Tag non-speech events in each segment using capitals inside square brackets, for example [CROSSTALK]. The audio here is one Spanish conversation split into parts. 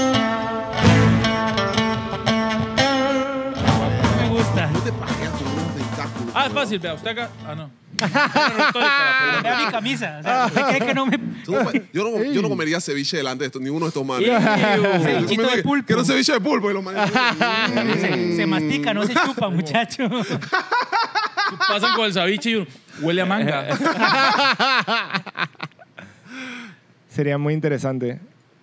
Ah, Ah, es fácil, vea, usted acá. Ah, no. Era retórica, Vea mi camisa. O sea, ¿usted cree que no me. Tú no me- yo, no, yo no comería ceviche delante de esto, ni uno de estos manes. Iu, Yo Cevichito comería- de pulpo. Quiero ceviche de pulpo y los manes. Se, se mastica, no se chupa, muchacho. pero pasan con el ceviche y uno, huele a manga. Sería muy interesante.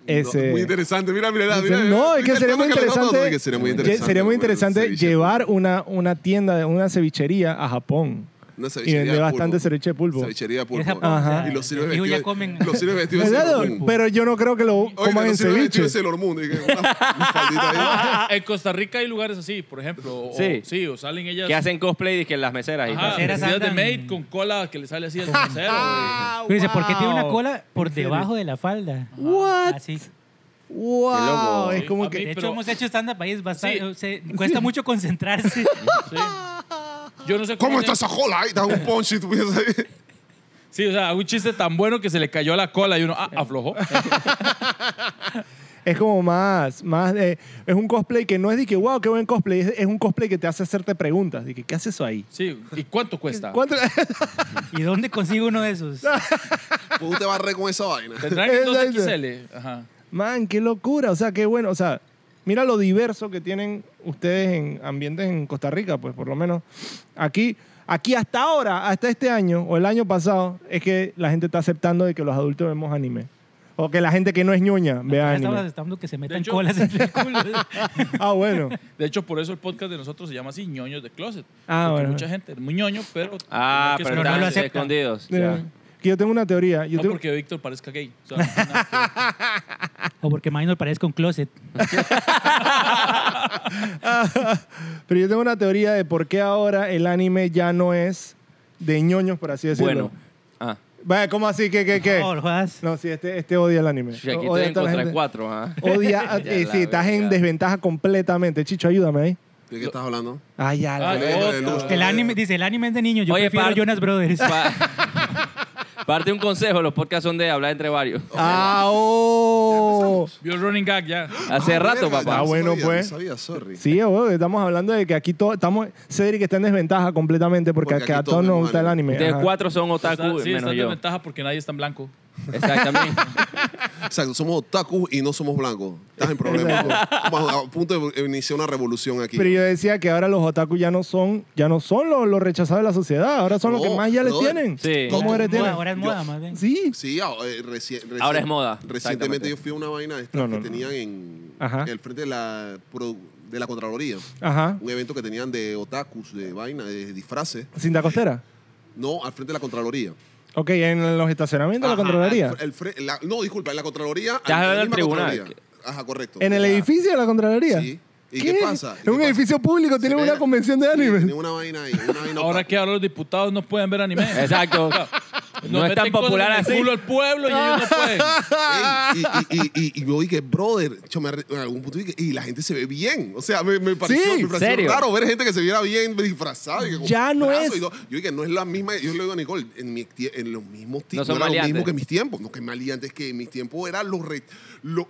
Ese... No, muy interesante, mira, mira, mira. no, es mira que el sería tono muy, le está dando, interesante, que sería muy lle- interesante. sería muy bueno, interesante ceviche de llevar una, una tienda, una cevichería a Japón. pulpo. Una y cevichería vender de bastante pulpo. ceviche de pulpo. Cevichería de Esa pulpo. pa- Ajá. Y los sirve Los hijos ya vestidos. comen- Los sirve vestidos de ¿Verdad? Sailor Moon. Pero yo no creo que lo Oye, coman en los sirve ceviche. vestidos de Sailor Moon. y que una- una faldita ahí. En Costa Rica hay lugares así, por ejemplo. O, sí. Sí. o salen ellas. Que hacen cosplay y que las meseras y Ajá, tal. Meseras vestidas de andan- maid con cola que le sale [LAUGHS] así al mesero. güey. Pero dice, ¿por qué tiene una cola por debajo de la falda? What? Así. Wow, Qué loco. es como A mí- que De hecho, pero- hemos hecho stand-up ahí, es bastante. Sí. o sea, cuesta mucho [LAUGHS] concentrarse. Sí. Yo no sé ¿Cómo está hacen- esa jola? Ahí te hago un punch y tú piensas ahí. Sí, o sea, un chiste tan bueno que se le cayó a la cola y uno, ah, aflojó. es como más, más de- es un cosplay que no es de que wow, qué buen cosplay, es, es un cosplay que te hace hacerte preguntas, de que ¿qué haces eso ahí? Sí, ¿y cuánto cuesta? ¿Cuánto- [LAUGHS] ¿Y dónde consigo uno de esos? Pues tú te vas re con esa vaina. ¿Tendrán en Exacto. 2XL? Ajá. Man, qué locura, o sea, qué bueno, o sea, mira lo diverso que tienen ustedes en ambientes en Costa Rica, pues por lo menos aquí aquí hasta ahora, hasta este año o el año pasado es que la gente está aceptando de que los adultos vemos anime. O que la gente que no es ñoña vea Ya estamos anime. aceptando que se metan hecho- colas en el [LAUGHS] culo. [LAUGHS] Ah, bueno. De hecho, por eso el podcast de nosotros se llama así, ñoños de closet. Ah, Porque bueno. mucha gente es muy ñoño, pero... Ah, que se- pero no están lo aceptan. escondidos. Eh, ya. Que yo tengo una teoría. Yo No tengo- [LAUGHS] porque Víctor parezca gay. O sea, nada que- O porque Minor parece con closet. Ah, Pero yo tengo una teoría de por qué ahora el anime ya no es de ñoños, por así decirlo. Bueno. Ah. Vaya, ¿cómo así? ¿Qué, qué, qué? No, lo jodas. No, sí, este, este odia el anime. Aquí estoy odia a en toda la contra de gente. cuatro, [LAUGHS] ¿ah? [LAUGHS] Odia, Ya eh, la sí, estás en verga. desventaja completamente. Chicho, ayúdame ahí. ¿De qué estás hablando? Ay, ya, la Ah, verga. Oye, lo otra. de luz. El anime, dice, el anime es de niño. Yo Oye, prefiero par- Jonas Brothers. Pa- [LAUGHS] Parte un consejo, los podcasts son de hablar entre varios. Ah, oh. Vio el running gag ya. Hace Ah, rato, verga, papá. Ah, no bueno, sabía, pues. No sabía, sorry. [LAUGHS] Sí, bro, estamos hablando de que aquí todos estamos. Cedric está en desventaja completamente porque, Porque que a aquí todos todos nos vemos gusta el anime. anime. Ustedes Ajá. cuatro son Está- otaku, sí, menos están de yo. ventaja porque nadie está en blanco. [LAUGHS] Exactamente. O sea, somos otakus y no somos blancos. Estás en [LAUGHS] problemas. Vamos a- a punto de iniciar una revolución aquí. Pero yo decía que ahora los otaku ya no son, ya no son los, los rechazados de la sociedad, ahora son los que No, más ya les brother. tienen. Sí. ¿Cómo eres Moda, tiene? [LAUGHS] ahora es moda, más bien. Sí. Sí, ah, eh, reci- reci- Ahora es moda, Recientemente exactamente. yo fui a una vaina de estas No, no, que no. tenían en, Ajá. en el frente de la, pro- de la Contraloría. Ajá. Un evento que tenían de otakus, de vaina, de disfraces. Cinta costera. No, al frente de la Contraloría. Ok, en los estacionamientos la Contraloría. Al fr- el fre- la- no, disculpa, en la Contraloría. al- hablando en la del misma tribunal, Contraloría. Ajá, correcto. En el edificio de la Contraloría. Sí. ¿Y qué pasa? ¿Y En qué un pasa? edificio público tienen Se ve una la- convención de sí, anime. tienen una vaina ahí, una vaina Ahora otaku. que ahora los diputados no pueden ver anime. Exacto. No es tan meten cosas popular en el así. culo al pueblo y ellos [LAUGHS] no pueden. Ey, y, y, y, y, y yo dije, brother, yo me arre- en algún punto dije, y la gente se ve bien. O sea, me, me pareció, Sí, me pareció serio. raro ver gente que se viera bien disfrazada. y que con Ya no brazos es. y todo. yo dije, no es la misma. Yo le digo a Nicole, en, mi tie- en los mismos No tiempos. son No, era lo maleantes. mismo que en mis tiempos. No, que maleantes, que en mis tiempos era lo, re- lo,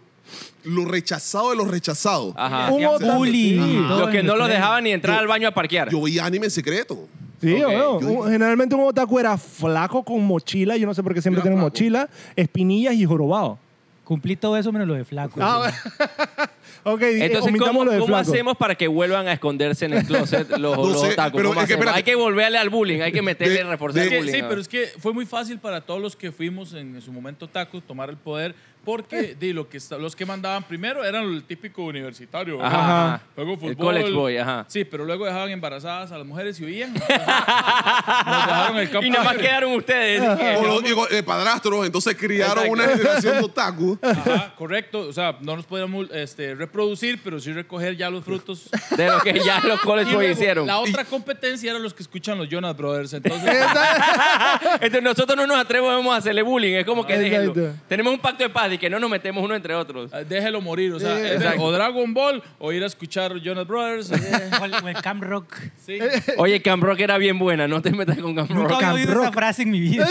lo rechazado de los rechazados. Ajá. Un otaku. Bullying. Sí. Todo Los Ah. que en no los colegios. dejaban ni entrar al baño a parquear. Yo veía anime en secreto. Sí, Ok. weón. Yo- Un- generalmente un otaku era flaco con mochila, yo no sé por qué siempre Era tienen flaco. mochila, espinillas y jorobado. Cumplí todo eso menos lo de flaco. ok, Entonces, omitamos ¿cómo, lo de cómo flaco. hacemos para que vuelvan a esconderse en el closet los, No los sé, otaku? pero ¿Cómo es que hacemos? espérate. hay que volverle al bullying, hay que meterle, De- reforzar de- el Sí, bullying. sí, ¿no? pero es que fue muy fácil para todos los que fuimos en su momento tacos tomar el poder porque Eh. di, lo que, esta- los que mandaban primero eran el típico universitario. ¿verdad? Ajá, ajá. Luego El fútbol. college boy, ajá. Sí, pero luego dejaban embarazadas a las mujeres y [LAUGHS] huían. Entonces, nos dejaron el campo Y nada más libre. quedaron ustedes. O los digo, eh, padrastros, entonces criaron Exacto. una generación [LAUGHS] de otaku. Ajá, correcto. O sea, no nos podíamos este, reproducir, pero sí recoger ya los [LAUGHS] frutos. de lo que ya los college Y boys luego, hicieron. La otra competencia eran los que escuchan los Jonas [LAUGHS] Brothers. Entonces, Entonces nosotros no nos atrevemos a hacerle bullying. Es como que Exacto. déjenlo. Tenemos un pacto de paz y que no nos metemos uno entre otros. eh, déjelo morir. O sea, Sí. es de- Exacto. o Dragon Ball o ir a escuchar Jonas Brothers. O el, o el Camp Rock. Sí. Oye, Camp Rock era bien buena. No te metas con Camp Nunca Rock. había Camp oído esa Rock. frase en mi vida.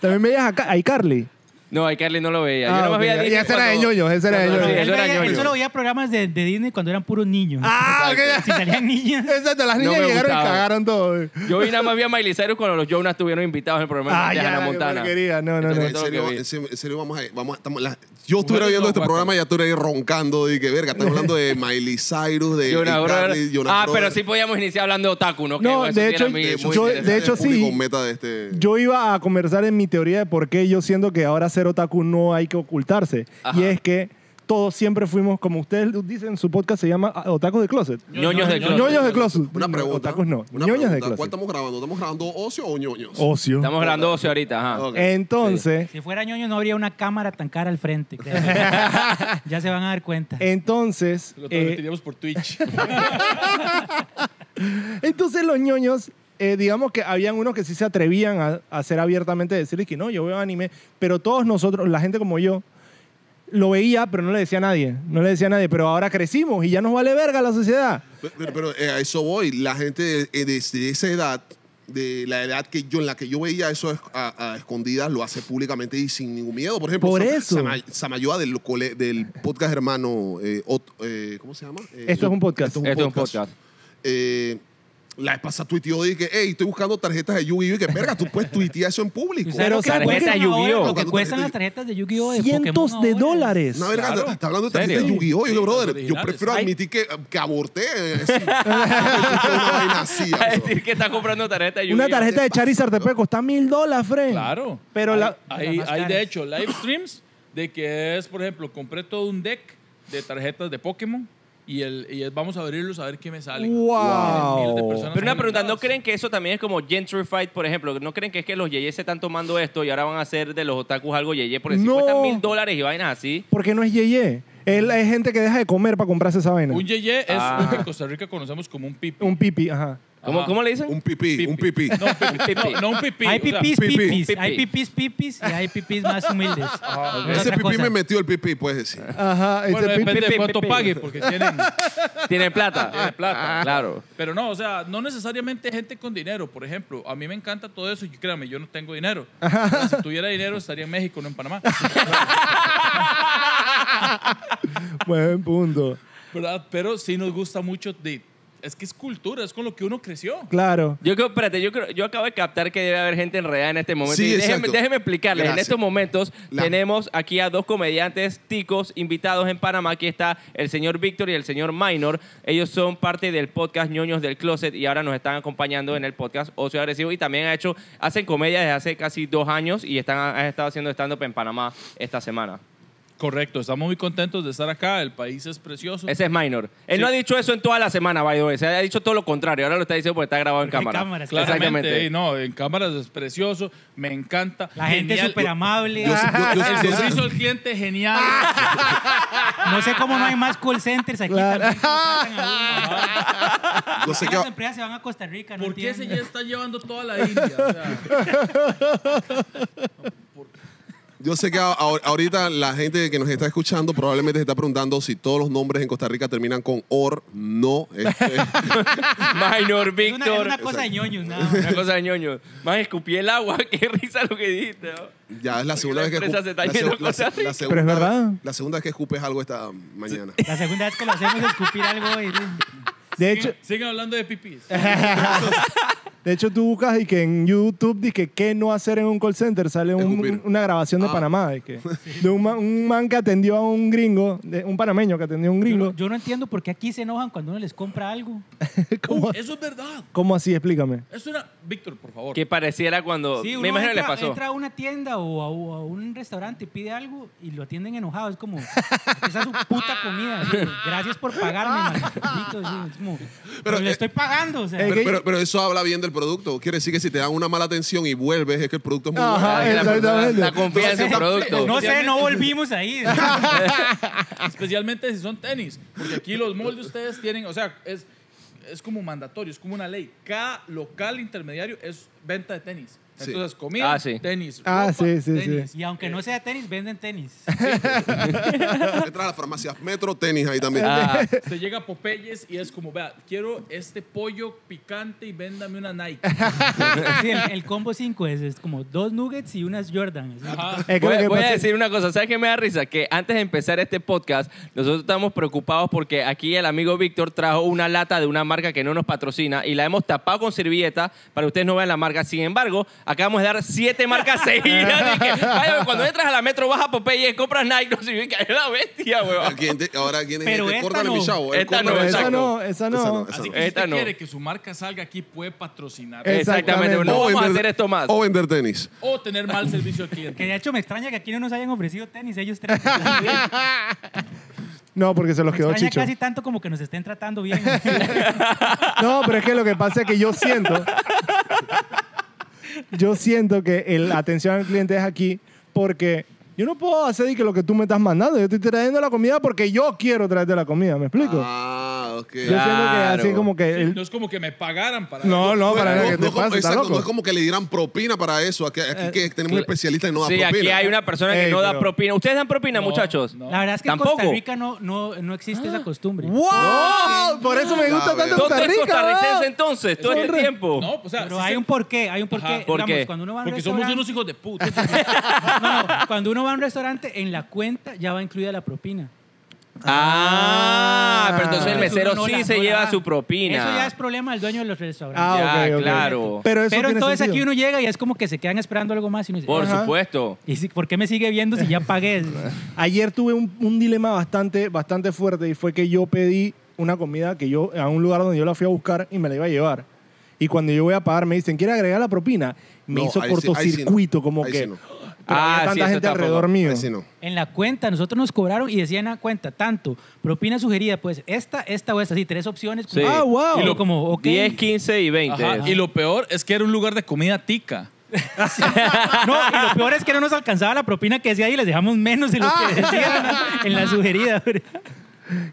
También veías a, Ca- a iCarly. No, a Carly no lo veía. Yo Ah, no ok, veía ya- Disney ya ese era de cuando- ñoños, ese era de No, no, ñoños. sí, Él eso era veía- ñoño. Yo solo veía programas de, de Disney cuando eran puros niños. Ah, Si salían niñas. ok. [LAUGHS] Exacto, las No niñas me llegaron y gustaba. cagaron todo. Yo vi nada más vi a Miley Cyrus cuando los Jonas estuvieron invitados en el programa Ah, de ya, Hannah qué Montana. porquería. No, no, Eso no. fue En todo lo que serio, vi. en serio, en serio, vamos a... Vamos a- estamos- la- yo estuviera viendo este guácala. programa y ya estuviera ahí roncando y que verga, están hablando [LAUGHS] de Miley Cyrus, de Jonas Nick Brothers. Carly, Jonas ah, Brothers. pero sí podíamos iniciar hablando de otaku, ¿no? Que No, eso de sí era hecho, muy- De hecho, muy sí, yo- de hecho, interesante. el público sí. meta de este... Yo iba a conversar en mi teoría de por qué yo siento que ahora ser otaku no hay que ocultarse. Ajá. Y es que todos siempre fuimos, como ustedes dicen, su podcast se llama ah, Otaku de Closet. Ñoños de Ñoños. closet. Ñoños de Closet. Una pregunta. Otakus no. Una Ñoños de pregunta. ¿Cuál Closet. estamos grabando? ¿Estamos grabando ocio o ñoños? Ocio. Estamos hablando ocio ahorita, ajá. Ok. Entonces, Si fuera ñoño no habría una cámara tan cara al frente. créanme. ya se van a dar cuenta. Eh, entonces, Lo eh, teníamos por Twitch. [LAUGHS] entonces los ñoños, eh, digamos que habían unos que sí se atrevían a, a ser abiertamente decirles que no, yo veo anime, pero todos nosotros, la gente como yo, lo veía, pero no le decía a nadie, no le decía a nadie, pero ahora crecimos y ya nos vale verga la sociedad. Pero, pero- pero, eh, a eso voy. La gente de, eh, desde esa edad, de la edad que yo, en la que yo veía eso es- a, a escondidas, lo hace públicamente y sin ningún miedo. Por ejemplo, Por Sam- eso. Sama- Samayoa del, cole- del podcast hermano, eh, Ot- eh, ¿cómo se llama? Eh, Esto es un podcast. Esto es un podcast. Eh, la vez pasada tuiteó y que, hey, estoy buscando tarjetas de Yu-Gi-Oh! Y que, verga, tú puedes tuitear eso en público. ¿Tú sabes lo Pero que cuestan tarjeta ahora? Yu-Gi-Oh. Lo que cuestan las tarjetas de Yu-Gi-Oh! de Cientos Pokémon de ahora. dólares. No, verga, Claro. está hablando de ¿Serio? tarjetas de Yu-Gi-Oh! Sí, Yo, brother, los yo originales. prefiero Ay. admitir que, que aborté. eh, sí. Una vaina [LAUGHS] así, A bro. decir que está comprando tarjeta de Yu-Gi-Oh. Una tarjeta de pasa, Charizard te bro? puede costar mil dólares, Fred. Claro. Pero hay, la- hay, Las más hay, caras. de hecho live streams de que es, por ejemplo, compré todo un deck de tarjetas de Pokémon y, el, y es, vamos a abrirlos a ver qué me sale. Wow. Miles de personas Pero una pregunta, conectadas. ¿no creen que eso también es como gentrified, por ejemplo? ¿No creen que es que los yeyes se están tomando esto y ahora van a hacer de los otakus algo yeye? Porque si No. cuestan mil dólares y vainas así. Porque no es Yeye. Él es gente que deja de comer para comprarse esa vaina. Un yeye es Ah. lo que en Costa Rica conocemos como un pipi. Un pipi, ajá. ¿Cómo, Ajá. ¿cómo le dicen? Un pipí, un pipí. No, un pipi. No, no un pipí. Hay o sea, pipis, pipí. pipis. Pipí. Hay pipis, pipis y hay pipis más humildes. [LAUGHS] Ah, Una Ese otra pipí cosa. me metió el pipí, puedes decir. Ajá. bueno, ese pipi. depende pipi, de cuánto pipi. pague, porque tienen, Tiene plata. tienen plata. Claro. Pero no, o sea, no necesariamente gente con dinero. Por ejemplo, a mí me encanta todo eso y créame, yo no tengo dinero. Pero Si tuviera dinero estaría en México, no en Panamá. [LAUGHS] Buen punto. ¿verdad? Pero sí nos gusta mucho. De, es que es cultura, es con lo que uno creció. Claro. Yo creo, espérate, yo, creo, yo acabo de captar que debe haber gente enredada en este momento. Sí, Y déjenme, exacto. déjenme explicarles. En Gracias. estos momentos La- tenemos aquí a dos comediantes ticos invitados en Panamá. Aquí está el señor Víctor y el señor Minor. Ellos son parte del podcast Ñoños del Closet y ahora nos están acompañando en el podcast Ocio Agresivo. Y también ha hecho, hacen comedia desde hace casi dos años y están, han estado haciendo stand-up en Panamá esta semana. Correcto, estamos muy contentos de estar acá. El país es precioso. Ese es Minor. Él Sí. no ha dicho eso en toda la semana, by the way. Se ha dicho todo lo contrario. Ahora lo está diciendo porque está grabado en Porque hay cámara. cámaras, Claramente, y no, en cámaras es precioso, me encanta. La gente es genial. súper amable. Yo, yo- yo- El yo- servicio al cliente, genial. Ah, No sé cómo no hay más call centers aquí. Claro. también, que lo sacan a uno. yo sé Porque que Las empresas se van a Costa Rica. No ¿Por qué ese ya entiendo. está llevando toda la India? O sea, Yo sé que a- a- ahorita la gente que nos está escuchando probablemente se está preguntando si todos los nombres en Costa Rica terminan con or. No. Este, Minor, Es una, es Víctor. una cosa de ñoños, nada más. Una cosa de ñoño. Más escupí el agua, [LAUGHS] qué risa lo que dijiste. ¿no? ya es la segunda la vez que empresa escu- se está la yendo seg- a la Costa se- la Rica. segunda Pero es verdad. vez- La segunda vez que escupes algo esta mañana. La segunda vez que lo hacemos es escupir algo. y- De hecho, sigan, sigan hablando de pipis. de hecho, tú buscas y que en YouTube dice que qué no hacer en un call center. Sale un- Escupir. una grabación de Ah. Panamá. De, [LAUGHS] que, de un, man, un man que atendió a un gringo, de, un panameño que atendió a un Yo gringo. no, yo no entiendo por qué aquí se enojan cuando uno les compra algo. [LAUGHS] ¿Cómo, Uh, eso es verdad. cómo así? Explícame. Es una... Víctor, por favor. Que pareciera cuando. Sí, uno me imagino que entra, les pasó. entra a una tienda o a, o a un restaurante y pide algo y lo atienden enojado. Es como, esa es su puta comida. sí. Gracias por pagarme, [LAUGHS] maldito. sí, es como, pero, Pero, le eh, estoy pagando. O sea, eh, Pero, pero- pero eso habla bien del producto. Quiere decir que si te dan una mala atención y vuelves, es que el producto es muy Ajá, Ah, que bueno. la persona- exactamente. La confianza en el producto. no sé, no volvimos ahí. Especialmente si son tenis. Porque aquí los moldes ustedes tienen, o sea, es, es como mandatorio, es como una ley. Cada local intermediario es venta de tenis. Sí. Entonces, comida, Ah, sí. tenis. Ah, ropa, [LAUGHS] sí, [LAUGHS] sí, sí. tenis. Y aunque no sea tenis, venden tenis. Detrás de las farmacias Metro, tenis ahí también. Ah, Se llega a Popeyes y es como, vea, quiero este pollo picante y véndame una Nike. Sí, el, el combo 5 es, es como dos nuggets y unas Jordan. Ah, así. Ajá. Es que voy, lo que voy a pasa- decir una cosa. ¿Sabes qué me da risa? Que antes de empezar este podcast, nosotros estamos preocupados porque aquí el amigo Víctor trajo una lata de una marca que no nos patrocina y la hemos tapado con servilleta para que ustedes no vean la marca. Sin embargo, acabamos de dar siete marcas [LAUGHS] seguidas. de que, vaya, cuando entras a la metro, vas a Popeye, compras Nike, [LAUGHS] no sé qué, que es la bestia, ¿A weón. quién te- ahora quién es Pero este? esta Córtale mi no. chavo. Esta Córtale, no, mi esa chavo. no, esa no. Esa Así no, que si Esta usted no. quiere que su marca salga aquí, puede patrocinar. Eh. Exactamente. Exactamente. No O vamos a vender- hacer esto más. O vender tenis. O tener mal servicio al [LAUGHS] Que cliente. de hecho me extraña que aquí no nos hayan ofrecido tenis, ellos tres. No, porque se los Me quedó extraña oh, Chicho. casi tanto como que nos estén tratando [LAUGHS] bien. No, pero es que lo que pasa es que yo siento. Yo siento que el- la atención al cliente es aquí porque yo no puedo hacer de que lo que tú me estás mandando. Yo estoy trayendo la comida porque yo quiero traerte la comida. ¿Me explico? Ah, ok. yo siento que así claro. como que. el- No es como que me pagaran para no, no, para No, nada. que no te es como- pasa, está exacto, no loco. Eh, es como que le dieran propina para eso. Aquí, aquí que tenemos un especialista que no da Sí, propina. aquí hay una persona que Ey, no da pero- propina. ¿Ustedes dan propina, No, muchachos? no. La verdad es que en Tampoco. Ah. Costa Rica no, no, no existe esa costumbre. ¡Wow! Por eso me gusta Ya tanto veo. ¿Dónde Costa es Rica. costarricense ¿verdad? entonces? Todo este Corre. tiempo. No, pues, o sea, Pero sí hay se- un porqué, hay un porqué. Ajá, ¿por Digamos, qué? Cuando uno va a un porque somos restaurante- [LAUGHS] unos hijos de puta. [LAUGHS] No, no, cuando uno va a un restaurante, en la cuenta ya va incluida la propina. Ah. Ah, pero entonces el Entonces mesero uno no sí la- se no la lleva da. su propina. Eso ya es problema del dueño de los restaurantes. Ah, Ya, ok, ok. claro. Pero, eso Pero tiene entonces aquí sentido. uno llega y es como que se quedan esperando algo más y uno dice, Por Ajá. supuesto. ¿y si- por qué me sigue viendo si ya [LAUGHS] pagué? Ayer tuve un, un dilema bastante, bastante fuerte y fue que yo pedí una comida que yo a un lugar donde yo la fui a buscar y me la iba a llevar. Y cuando yo voy a pagar me dicen, ¿quiere agregar la propina? Me No, hizo ahí sí- ahí sí no. cortocircuito, como Ahí que sí no. pero había Ah, sí, tanta eso gente está alrededor poco. mío. Ahí sí no. En la cuenta, nosotros nos cobraron y decían en la cuenta, tanto, propina sugerida, pues esta, esta o esta, sí, tres opciones. como, Sí. Ah, wow. Y lo como, ok. [LAUGHS] 10, 15 y 20. Ajá, Y lo peor es que era un lugar de comida tica. No, y lo peor es que no nos alcanzaba la propina que decía ahí y les dejamos menos de lo Ah. que decían en la sugerida. [LAUGHS]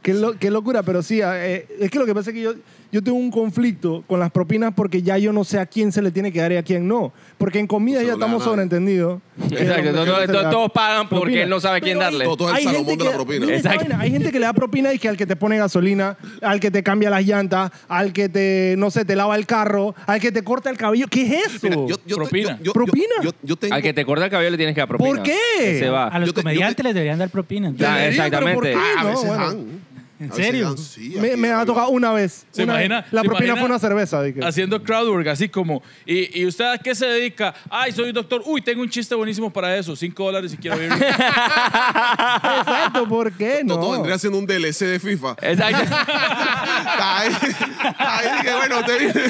Qué, lo- qué locura, pero sí, eh, es que lo que pasa es que yo, yo tengo un conflicto con las propinas porque ya yo no sé a quién se le tiene que dar y a quién no. Porque en comida No se ya lo le da a estamos nadie. sobreentendidos. Exacto, todo- todo- todos pagan porque Propina. él no sabe a quién Pero darle. Todo- todo el Salomón gente de la que- propina. mira esa Exacto. vaina, hay gente que le da propina y que al que te pone gasolina, al que te cambia las llantas, al que te, no sé, te lava el carro, al que te corta el cabello. ¿Qué es eso? Mira, yo- yo te- Propina. yo- yo- ¿Propina? Yo, yo tengo, Al que te corta el cabello le tienes que dar propina. ¿Por qué? Se va. A los Yo te- yo comediantes te- les deberían dar propina. Ya, Debería, exactamente. pero ¿por qué? Ah, a No, veces bueno. dan. A veces serio? dan, sí, Me, aquí- me ha tocado una vez. ¿Se una vez. imagina? La se propina imagina fue una cerveza. dije. Haciendo crowd work, así como, ¿y, ¿y usted a qué se dedica? Ay, soy doctor. Uy, tengo un chiste buenísimo para eso. Cinco dólares si quiero ir. Exacto, ¿por qué no? Todo vendría siendo un DLC de [LAUGHS] FIFA. Exacto. [LAUGHS] Está ahí, está ahí que bueno, usted viene,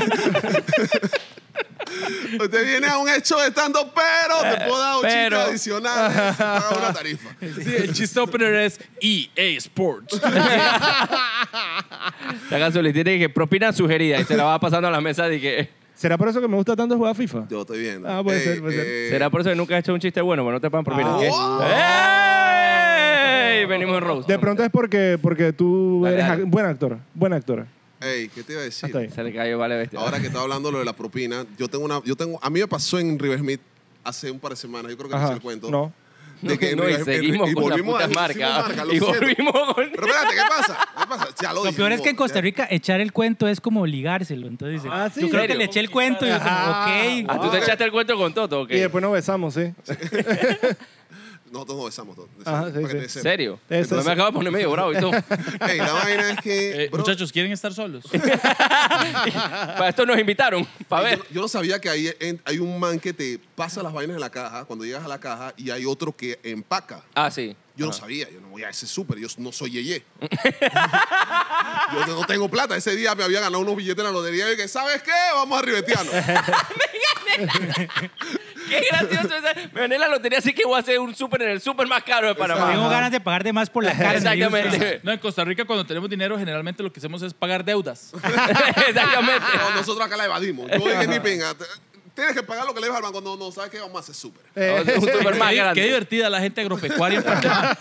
usted viene a un hecho de estando, pero te puedo dar un chiste Pero- adicional eh, si paga una tarifa. [LAUGHS] Sí, el chiste opener es EA Sports. Sacan su listina y que propina sugerida. Y se la va pasando a la mesa y [LAUGHS] Eh. que. ¿Será por eso que me gusta tanto jugar FIFA? Yo estoy eh, viendo. Ah, puede ser, puede ser. ¿Será por eso que nunca has hecho un chiste bueno? Pero no te pagan propina. Ah. ¿Qué? Oh. ¡Ey! Venimos en Rose. De pronto es porque, porque tú Dale, eres dale. ac- buen actor, buen actor. Eh. Ey, ¿qué te iba Ah, a decir? Hasta ahí. Se le cayó, vale, bestia. Ahora que estaba hablando lo de la propina, yo tengo una, yo tengo, a mí me pasó en Riversmith hace un par de semanas, yo creo que no Ajá. hice el cuento. No. [LAUGHS] De que en no, y River- en- seguimos y con la volvimos puta a- marca. hicimos marca, lo y siento. [LAUGHS] volvimos con. Pero espérate, ¿qué pasa? ¿Qué pasa? Ya lo Lo peor es que en dijimos, Costa Rica echar el cuento es como ligárselo. Entonces, dice, Ah, ¿sí? yo creo que ¿Serio? le eché el cuento y yo como, ok. Ah, tú te echaste el cuento con Toto, ¿ok? Y después nos besamos, ¿sí? ya. Nosotros nos besamos todos. Ajá, sí, Para que sí. te ¿En sepa. serio? Eso Entonces sí. me acabo de poner medio bravo [LAUGHS] y todo. Ey, la vaina es que. [LAUGHS] Eh, bro, muchachos, ¿quieren estar [LAUGHS] solos? Para esto nos invitaron, para yo, ver. no- yo no sabía que ahí en- hay un man que te pasa las vainas en la caja cuando llegas a la caja y hay otro que empaca. [LAUGHS] Ah, sí. Yo no sabía, yo no voy a ese súper, yo no soy yeye. [LAUGHS] yo no tengo plata. Ese día me había ganado unos billetes en la lotería y que, ¿sabes qué? Vamos a ribetearnos. Qué gracioso. esa- Me gané la lotería, así que voy a hacer un súper en el súper más caro de Panamá. Tengo ganas de pagar de más por la cara. ah, Exactamente. No, en Costa Rica cuando tenemos dinero generalmente lo que hacemos es pagar [LAUGHS] deudas. [LAUGHS] Exactamente. No, nosotros acá la evadimos. Yo dije, ni pinga. te- Tienes que pagar lo que le dejas al banco. No, no, ¿sabes qué? Vamos a hacer súper. [LAUGHS] No, es un súper más Qué- Qué [LAUGHS] grande. divertida la gente agropecuaria en Panamá.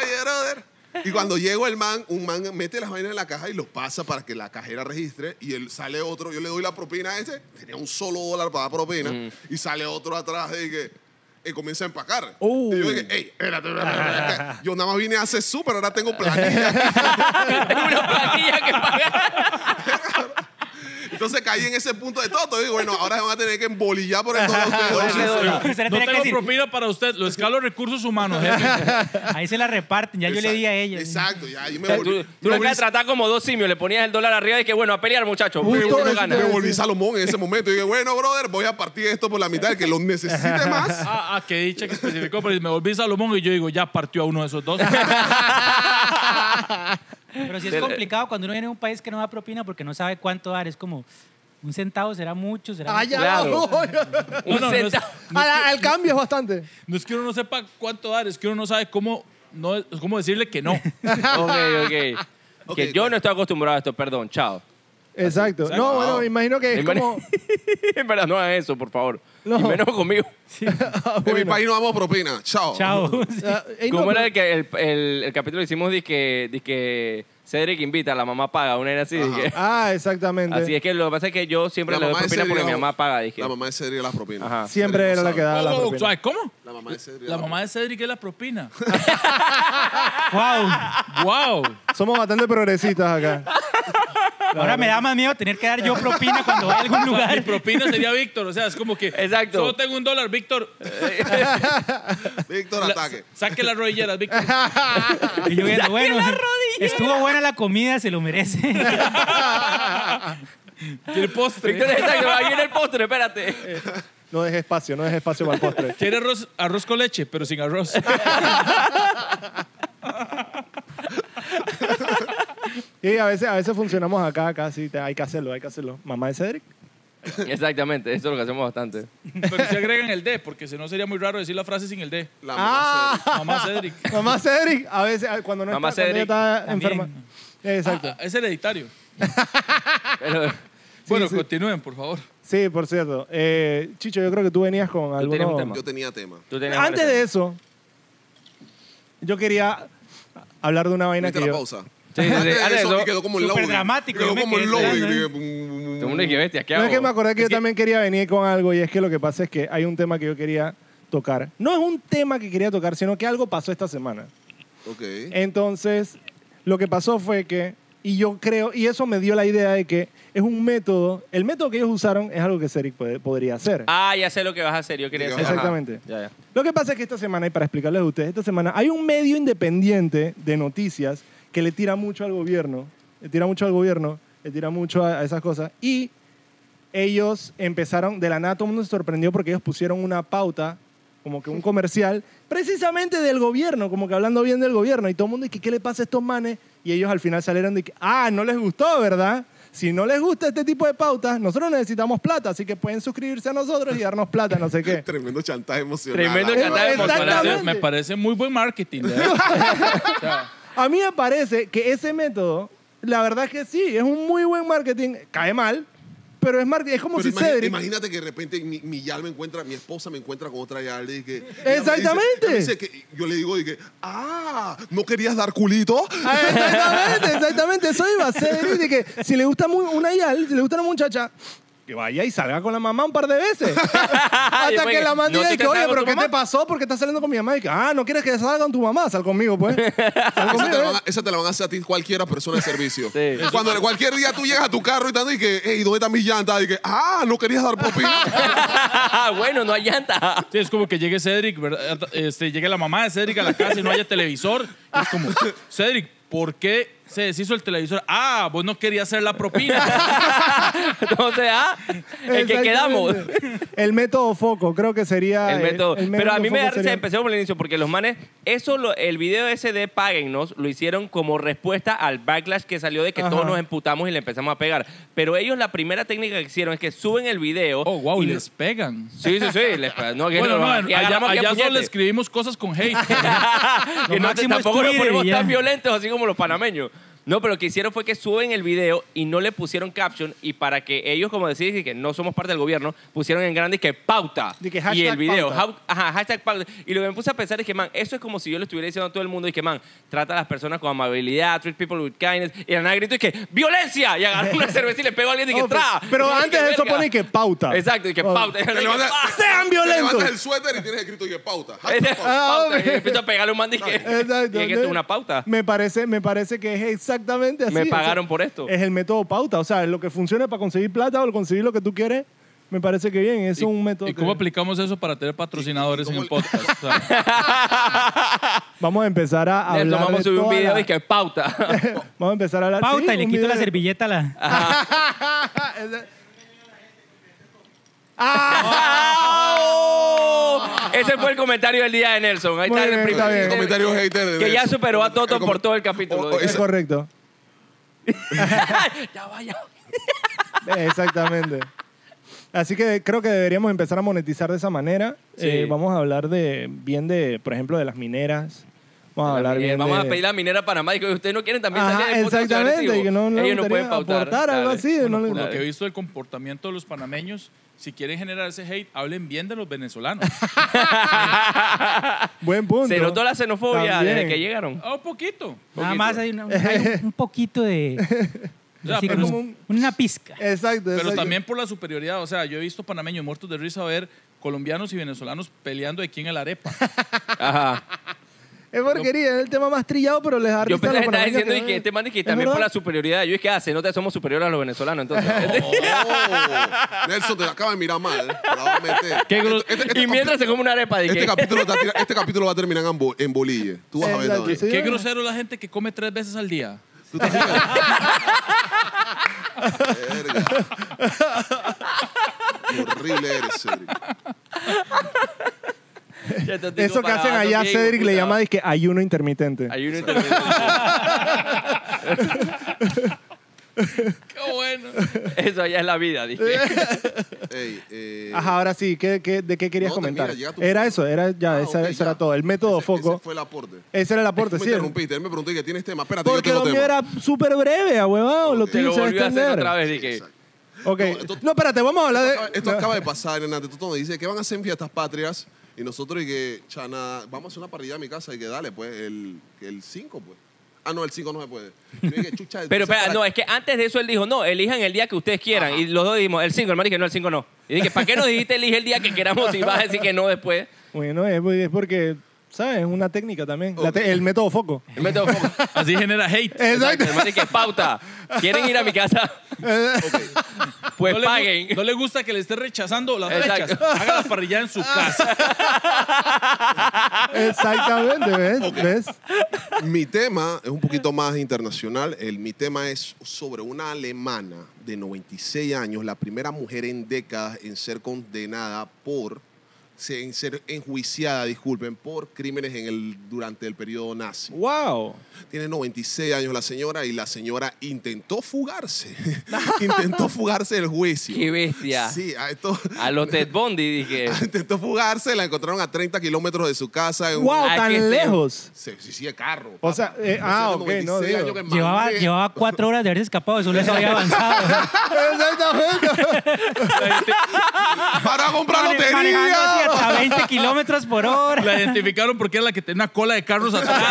Oye, brother. Y cuando llego el man, un man mete las vainas en la caja y los pasa para que la cajera registre. Y él sale otro, yo le doy la propina a ese, tenía un solo dólar para dar propina. Y sale otro atrás y que. y comienza a empacar. Uh. Y yo dije, "Ey, espérate, espérate, espérate". Yo nada más vine a hacer súper, ahora [LAUGHS] tengo planilla. Una platilla que pagar. Entonces caí en ese punto de todo. Y digo, bueno, ahora van a tener que embolillar por el dólar. Por ese ustedes dos". dólar. [LAUGHS] Usted le No tenía que tengo decir, propina para usted, lo escalo recursos humanos, [LAUGHS] jefe. Ahí se la reparten, ya yo le di a ella. Exacto, ya yo O me sea, volví. tú tú me volví- lo acabas de tratar como dos simios, le ponías el dólar arriba y que bueno, a pelear, muchacho. Justo porque uno eso te gana. me iba a volví decir. Salomón en ese momento. Y dije, bueno, brother, voy a partir esto por la mitad. El que lo [LAUGHS] necesite más. Ah, ah, que dicha que especificó, pero me volví Salomón y yo digo, ya partió a uno de [LAUGHS] esos dos. Pero sí es Del- complicado cuando uno viene a un país que no da propina porque no sabe cuánto dar. Es como, un centavo será mucho, será Ah, mucho. ya, [LAUGHS] Claro. no. Un No, no, no es- centavo. Al- al cambio es bastante. No es que uno no sepa cuánto dar, es que uno no sabe cómo, no, es cómo decirle que [LAUGHS] no. [LAUGHS] ok, ok. Ok, Que yo claro. no estoy acostumbrado a esto, perdón, chao. Exacto. exacto. No, bueno, Wow. me imagino que es Bienvenido. [LAUGHS] como. En verdad, no hagas eso, por favor. No. Y menos conmigo. Ah, En mi bueno. país no damos propina. Chao. Chao. Sí. [LAUGHS] Ah, ey, no, ¿Cómo era pero- el, que- el, el- el capítulo que hicimos? Dice que Cedric invita a la mamá paga, una era así. Ajá. dizque. Ah, exactamente. [LAUGHS] Así es que lo que pasa es que yo siempre La le doy mamá de propina Cedric porque mi daba- mamá paga. Dije. La mamá de Cedric era la propina. Ajá. Siempre Cedric era no la que sabe. daba la Oh, oh, propina. ¿sabe ¿Cómo? La mamá de Cedric. La mamá de Cedric es la propina. Wow. ¡Wow! Somos bastante progresistas acá. Ahora me da más miedo tener que dar yo propina cuando voy a algún Mi lugar. propina sería Víctor, o sea, es como que. Exacto. Solo tengo un dólar, Víctor. Víctor La- Ataque. saque las rodilleras, Víctor. Y yo viendo, bueno, estuvo buena la comida, se lo merece. Quiere postre. Víctor, exacto, ahí viene el postre, espérate. [LAUGHS] Eh. No dejes espacio, no dejes espacio para el postre. Quiere arroz, arroz con leche, pero sin arroz. Y a veces, a veces funcionamos acá, acá, sí, te- hay que hacerlo, hay que hacerlo. Mamá de Cedric. Exactamente, eso es lo que hacemos bastante. Pero si agregan el D, porque si no sería muy raro decir la frase sin el D. La Ah. mamá de Cedric. Mamá Cedric. Mamá Cedric, a veces a- cuando no Mamá está, cuando Cedric. ella está También. enferma. Exacto. Ah, es hereditario. Pero Bueno, sí. continúen, por favor. Sí, por cierto. Eh, Chicho, yo creo que tú venías con tenías un algo. tema. Yo tenía tema. tú tenías Antes varias- de eso, yo quería hablar de una vaina ¿Viste que la yo... pausa? Sí, sí, sí. Antes de Antes de [LAUGHS] eso eso, me quedó como el súper loading. dramático, Quedó yo me como el quedé ¿eh? loading. esperando, Dije, Tú, hombre, qué bestia, ¿qué No hago? es que me acordé que yo también quería venir con algo y es que lo que pasa es que hay un tema que yo quería tocar. No es un tema que quería tocar, sino que algo pasó esta semana. Eh, Ok. Entonces, lo que pasó fue que, y yo creo, y eso me dio la idea de que es un método, el método que ellos usaron es algo que Cedric puede- podría hacer. Ah, ya sé lo que vas a hacer, yo quería Digo, hacer. Exactamente. Ya, ya. Lo que pasa es que esta semana, y para explicarles a ustedes, esta semana hay un medio independiente de noticias que le tira mucho al gobierno, le tira mucho al gobierno, le tira mucho a, a esas cosas. Y ellos empezaron, de la nada todo el mundo se sorprendió porque ellos pusieron una pauta, como que un comercial, precisamente del gobierno, como que hablando bien del gobierno. Y todo el mundo, ¿y qué, qué le pasa a estos manes? Y ellos al final salieron de que, ah, no les gustó, ¿verdad? Si no les gusta este tipo de pautas, nosotros necesitamos plata, así que pueden suscribirse a nosotros y darnos plata, no sé qué. Tremendo chantaje emocional. Tremendo Ah, chantaje Me parece, Exactamente. me parece muy buen marketing. de verdad. O sea, A mí me parece que ese método, la verdad que sí, es un muy buen marketing. Cae mal, pero es marketing. Es como Pero si imagi- Cedric. imagínate que de repente mi, mi Yal me encuentra, mi esposa me encuentra con otra Yal y que... Exactamente. ella me dice- ella me dice que- yo le digo, y que, ah, ¿no querías dar culito? Ah, Exactamente, exactamente. Eso iba a Cedric de que si le gusta muy, una yal, si le gusta una muchacha, que vaya y salga con la mamá un par de [LAUGHS] veces. Hasta Después que que, la mamá "No, diga ¿tú que, estás oye, con pero tu ¿qué mamá?" te pasó? Porque estás saliendo con mi mamá. Y que, ah, no quieres que salga con tu mamá, sal conmigo, [LAUGHS] pues. Sal Esa te, conmigo. la eh. van a, esa te la van a hacer a ti cualquiera persona de servicio. Sí. Cuando cualquier día tú llegas a tu carro y tanto y que, hey, ¿dónde están mis llantas? Y que, ah, no querías dar [LAUGHS] propina. bueno, no hay llanta. sí, es como que llegue Cedric, ¿verdad? Este, llegue la mamá de Cedric a la casa y no haya televisor. Y es como, Cedric, ¿por qué se deshizo el televisor? Ah, vos no querías hacer la propina. [LAUGHS] Entonces, ah, en que Exactamente. quedamos. El método foco, creo que sería. El método. el Pero a mí me da foco risa, sería- empecemos por el inicio, porque los manes, eso, lo- el video ese de Páguennos lo hicieron como respuesta al backlash que salió de que Ajá. todos nos emputamos y le empezamos a pegar. Pero ellos la primera técnica que hicieron es que suben el video. Oh, wow, y les pegan. Sí, sí, sí. les- no, que Bueno, no, no, aquí allá, agarramos aquí a allá puñete. solo escribimos cosas con hate. que Lo no, máximo es [LAUGHS] tampoco nos Twitter y ponemos ya. tan violentos así como los panameños. No, pero lo que hicieron fue que suben el video y no le pusieron caption y para que ellos, como decís, que no somos parte del gobierno, pusieron en grande que pauta. De que y hashtag el video, pauta. jau- ajá, hashtag pauta. Y lo que me puse a pensar es que, man, eso es como si yo le estuviera diciendo a todo el mundo y que, man, trata a las personas con amabilidad, treat people with kindness. Y de la nada grito y que, ¡violencia! Y agarro [LAUGHS] una cerveza y le pego a alguien y que, Oh, ¡tra! pero Y yo, antes de eso "Verga". ponen que pauta. Exacto, y que Oh. pauta. Y yo, Te levantas- "Ah". Te ¡Sean levantas violentos! el suéter y tienes escrito que pauta. [LAUGHS] Ese- [LAUGHS] Hashtag pauta. Ah, pauta, y hombre. empiezo a pegarle un man y [LAUGHS] [LAUGHS] que, Exacto. y es que esto es una pauta. Me parece, me parece que es exactamente así. Me o sea, pagaron por esto. Es el método pauta. O sea, lo que funciona para conseguir plata o conseguir lo que tú quieres, me parece que bien. Eso es un método. ¿Y cómo que- aplicamos eso para tener patrocinadores ¿Y en cómo el podcast? O sea, Vamos a empezar a Nelson, hablar. vamos a de subir un toda video la- y que pauta. [LAUGHS] [LAUGHS] Vamos a empezar a hablar. Pauta sí, y le un quito la video de- servilleta a la. Oh, Ese fue el comentario del día de Nelson. Ahí Muy está bien, el está primer bien. El comentario hater de Que ya Nelson. superó a Toto El com- por todo el capítulo. O- o Es ese- correcto. [LAUGHS] ya vaya. Eh, Exactamente. Así que creo que deberíamos empezar a monetizar de esa manera. Sí. Eh, vamos a hablar de bien de, por ejemplo, de las mineras. Vamos a hablar bien Vamos de... a pedir a Minera Panamá y que ustedes no quieren también Ajá, salir en el podcast exactamente, agresivo. y que no- no gustaría Ellos no pueden pautar. aportar algo Dale. así, no le- por lo que he dale. visto del comportamiento de los panameños, si quieren generar ese hate, hablen bien de los venezolanos. Buen punto. Se notó la xenofobia desde También. que llegaron. Ah, Un poquito. Nada Poquito. más hay, una- hay un poquito de. Ya, decir, pero- un- una pizca. Exacto, Pero exacto. también por la superioridad. O sea, yo he visto panameños muertos de risa ver colombianos y venezolanos peleando de quién es la arepa. Ajá. Es porquería, es el tema más trillado, pero les da risa Yo a los pensé que estaba panameños diciendo y que este man y que ¿Es también por la verdad? superioridad. Yo es que hace, no te somos superiores a los [LAUGHS] venezolanos, entonces. Oh, Nelson te acaba de mirar mal. Probablemente. [LAUGHS] Qué gru- Este- este- este y mientras se come una arepa, de Este [LAUGHS] que- capítulo, está tira- este capítulo va a terminar en, bo- en bolille. Tú vas a ver Exacto, también. sí. Qué grosero la gente que come tres veces al día. Tú te [LAUGHS] fijas. Verga. Qué Horrible eres, Cedric. Ya te Eso que digo, Este para hacen abajo, allá, bien, Cedric le puta. llama dizque ayuno intermitente. Hay uno intermedio. [LAUGHS] Qué bueno. Eso allá es la vida, dije. Ey, eh, Ajá, ahora sí, ¿qué, qué- de qué querías No, comentar? termina, llega tu- era eso, era ya, ah, esa- ok, eso ya. era todo. El método Ese- foco. Ese fue el aporte. Ese era el aporte, Me sí. el- interrumpiste. Él me preguntó y que tienes tema. Espérate, Porque yo lo tengo mío tema. era súper breve, huevado. Lo Ok. Te tuyo lo se va a volvió a hacer extender. otra vez, dije. Exacto. Ok, No, esto- no, espérate, vamos a hablar Esto acaba- de... Esto acaba de pasar, Hernández. Tú me dices que van a hacer en fiestas patrias y nosotros y que, chana, vamos a hacer una parrilla a mi casa y que dale, pues, el que el 5, pues. Ah, no, el 5 no se puede. Yo dije, chucha, entonces, Pero espera, ¿para no, es que antes de eso él dijo, no, elijan el día que ustedes quieran. Y los dos dijimos, el 5, el man dije, no, el 5 no. Y dije, ¿para qué nos dijiste elige el día que queramos y vas a decir que no después? Bueno, es, es porque, ¿sabes? Es una técnica también. La Ok. te- el método foco. El método foco. Así genera hate. Exacto. El man dije, pauta. ¿Quieren ir a mi casa? Pues no le gu- paguen. no le gusta que le esté rechazando las Exacto. rechas. Haga la parrilla en su casa. Exactamente, ¿ves? ¿Ves? Mi tema es un poquito más internacional. El, mi tema es sobre una alemana de 96 años, la primera mujer en décadas en ser condenada por, se- en ser enjuiciada, disculpen, por crímenes en el, durante el periodo nazi. ¡Wow! Tiene 96 años la señora y la señora intentó fugarse. [LAUGHS] intentó fugarse del juicio. ¡Qué bestia! Sí, a esto... [LAUGHS] A los Ted Bondi dije. Intentó fugarse, la encontraron a 30 kilómetros de su casa. En un- ¡Wow! Ah, que sí. ¡Tan lejos! Se, sí, sí, de carro. O sea, eh, ah, ok, no, digo. Llevaba, llevaba cuatro horas de haberse escapado, solo eso había avanzado. [LAUGHS] ¡Exactamente! Para comprar Mane- manejando así lotería. hasta 20 kilómetros por [LAUGHS] hora. La identificaron porque era la que tenía una cola de carros atrás.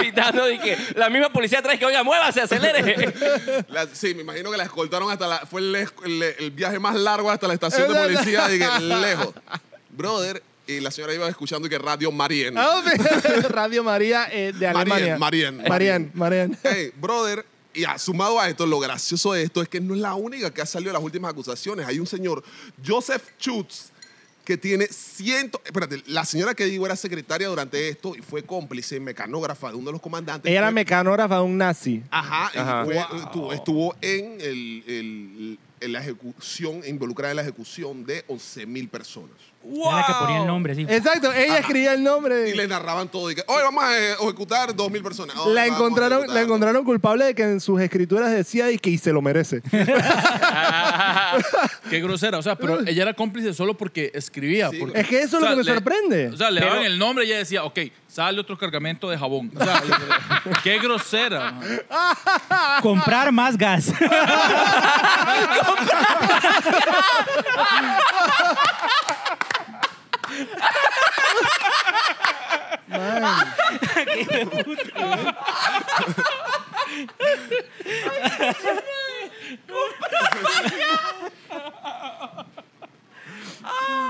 Pitando dije. La misma policía atrás que, oiga, muévase, acelere. La- sí, me imagino que la escoltaron hasta la. Fue el, esc- el- el viaje más largo hasta la estación de policía de que lejos. Brother, y la señora iba escuchando y que Radio Marien. Ah, Radio María eh, de Marien, Alemania. Marien, Marian, Marian. Hey, brother, y a- sumado a esto, lo gracioso de esto es que no es la única que ha salido de las últimas acusaciones. Hay un señor, Joseph Schutz, que tiene ciento. Espérate, la señora que digo era secretaria durante esto y fue cómplice, mecanógrafa de uno de los comandantes. Ella era Fue- mecanógrafa de un nazi. Ajá, y Ajá. fue- estuvo, estuvo en, el- el- en la ejecución, involucrada en la ejecución de 11.000 personas. Era la que ponía el nombre, sí. Exacto, ella escribía el nombre. Y le narraban todo. Y que, hoy vamos a ejecutar 2.000 personas. Hoy La vamos a encontraron, ejecutar". la encontraron culpable de que en sus escrituras decía y que y se lo merece. Qué grosera. O sea, pero ella era cómplice solo porque escribía. Sí, porque- Es que Ah. eso es lo que me le- sorprende. O sea, le Pero- daban el nombre y ella decía, ok, sale otro cargamento de jabón. O sea, yo- qué grosera. man. Comprar más gas.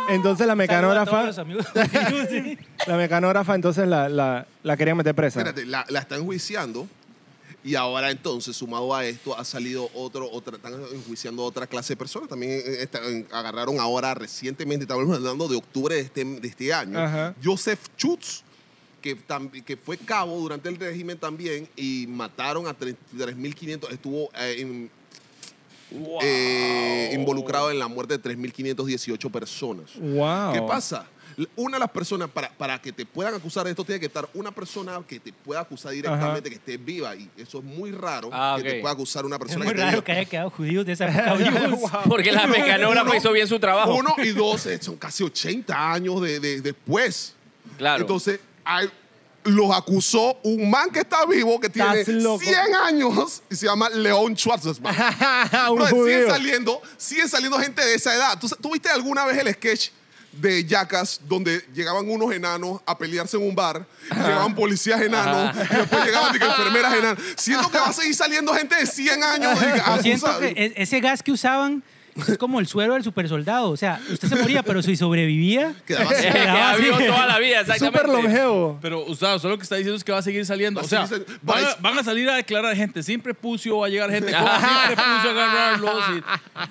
Entonces la mecanógrafa, Saludos a todos los amigos. Sí. la mecanógrafa entonces la, la, la querían meter presa. Espérate, la, la están enjuiciando y ahora entonces, sumado a esto, ha salido otro, otra, están enjuiciando a otra clase de personas. También eh, está- en- agarraron ahora recientemente, estamos hablando de octubre de este, de este año, Ajá. Joseph Schutz, que, tam- que fue cabo durante el régimen también y mataron a 3.500, estuvo eh, en- eh, involucrado en la muerte de 3.518 personas. Wow. ¿Qué [LAUGHS] pasa? L- Una de las personas, para, para que te puedan acusar de esto, tiene que estar una persona que te pueda acusar directamente, que esté viva. Y eso es muy raro Ah, que ok. te pueda acusar una Es persona muy que esté raro que viva. haya quedado judíos de esa época vivos. Porque la Uno- mecanógrafa uno- hizo bien su trabajo. Uno y dos, eh, son casi 80 años de, de- después. Claro. Entonces, hay- los acusó un man que está vivo, que tiene Estás loco. 100 años, y se llama León Schwartzman. Un Bro, siguen judío. saliendo, siguen saliendo gente de esa edad. ¿Tú, tú viste alguna vez el sketch de Jackass donde llegaban unos enanos a pelearse en un bar, llegaban policías enanos, y después llegaban dije, enfermeras enanas? Siento que va a seguir saliendo gente de 100 años. ah, dije, Yo siento abusado. que e- ese gas que usaban es como el suero del supersoldado. O sea, usted se moría, pero si sobrevivía, Quedaba Que así. ha Ah, sí. vivido toda la vida, Súper exactamente. longevo. Pero, o sea, usted lo que está diciendo es que va a seguir saliendo. Va a o sea, seguir sal- van, va a, a- van a salir a declarar gente. Siempre pucio va a llegar [LAUGHS] gente. Como siempre pucio a agarrarlos. y-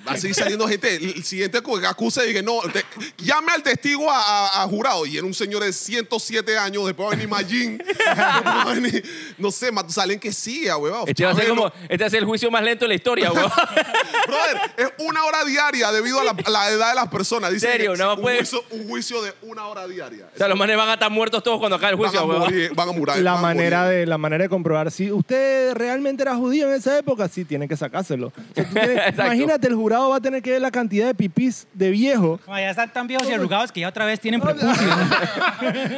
Va a seguir saliendo gente. El el siguiente co- que acuse, dije, no, te- llame al testigo a, a- a jurado. Y era un señor de 107 años, después va a venir Majin. [LAUGHS] Después va a venir- no sé, ma- salen que sí, a huevado. Este va a ser Chabelo. como, este va a ser el juicio más lento de la historia, weón. [LAUGHS] [LAUGHS] Brother, es una hora diaria debido a la, a la edad de las personas. Dice serio? que No un, puede- juicio, un juicio de una hora diaria. O sea, los manes van a estar muertos todos cuando acabe el van, a juicio, weón. morir, van a morir. La van a manera, morir. de, la manera de comprobar si usted realmente era judío en esa época, sí, tiene que sacárselo. O [LAUGHS] sea, tú tienes- Exacto. imagínate, el jurado va a tener que ver la cantidad de pipis de [LAUGHS] viejo. como ya están tan viejos y arrugados que ya otra vez tienen prepucio.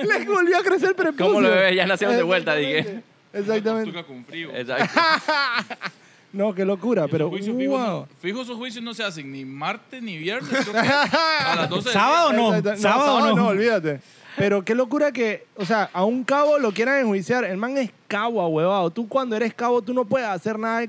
Les volvió a crecer el prepucio. ¿Cómo lo ves? Ya nacieron de vuelta, dije. Exactamente. Exactamente. Tuca con frío. Exacto. No, qué locura, pero Esos juicios fijos wow. [LAUGHS] no- Fijo, esos juicios no se hacen ni martes ni viernes. creo que a las 12 del día. ¿Sábado no? Exacto. ¿Sábado, no? olvídate. Pero qué locura que, o sea, a un cabo lo quieran enjuiciar. El man es cabo, ahuevado. Tú cuando eres cabo, tú no puedes hacer nada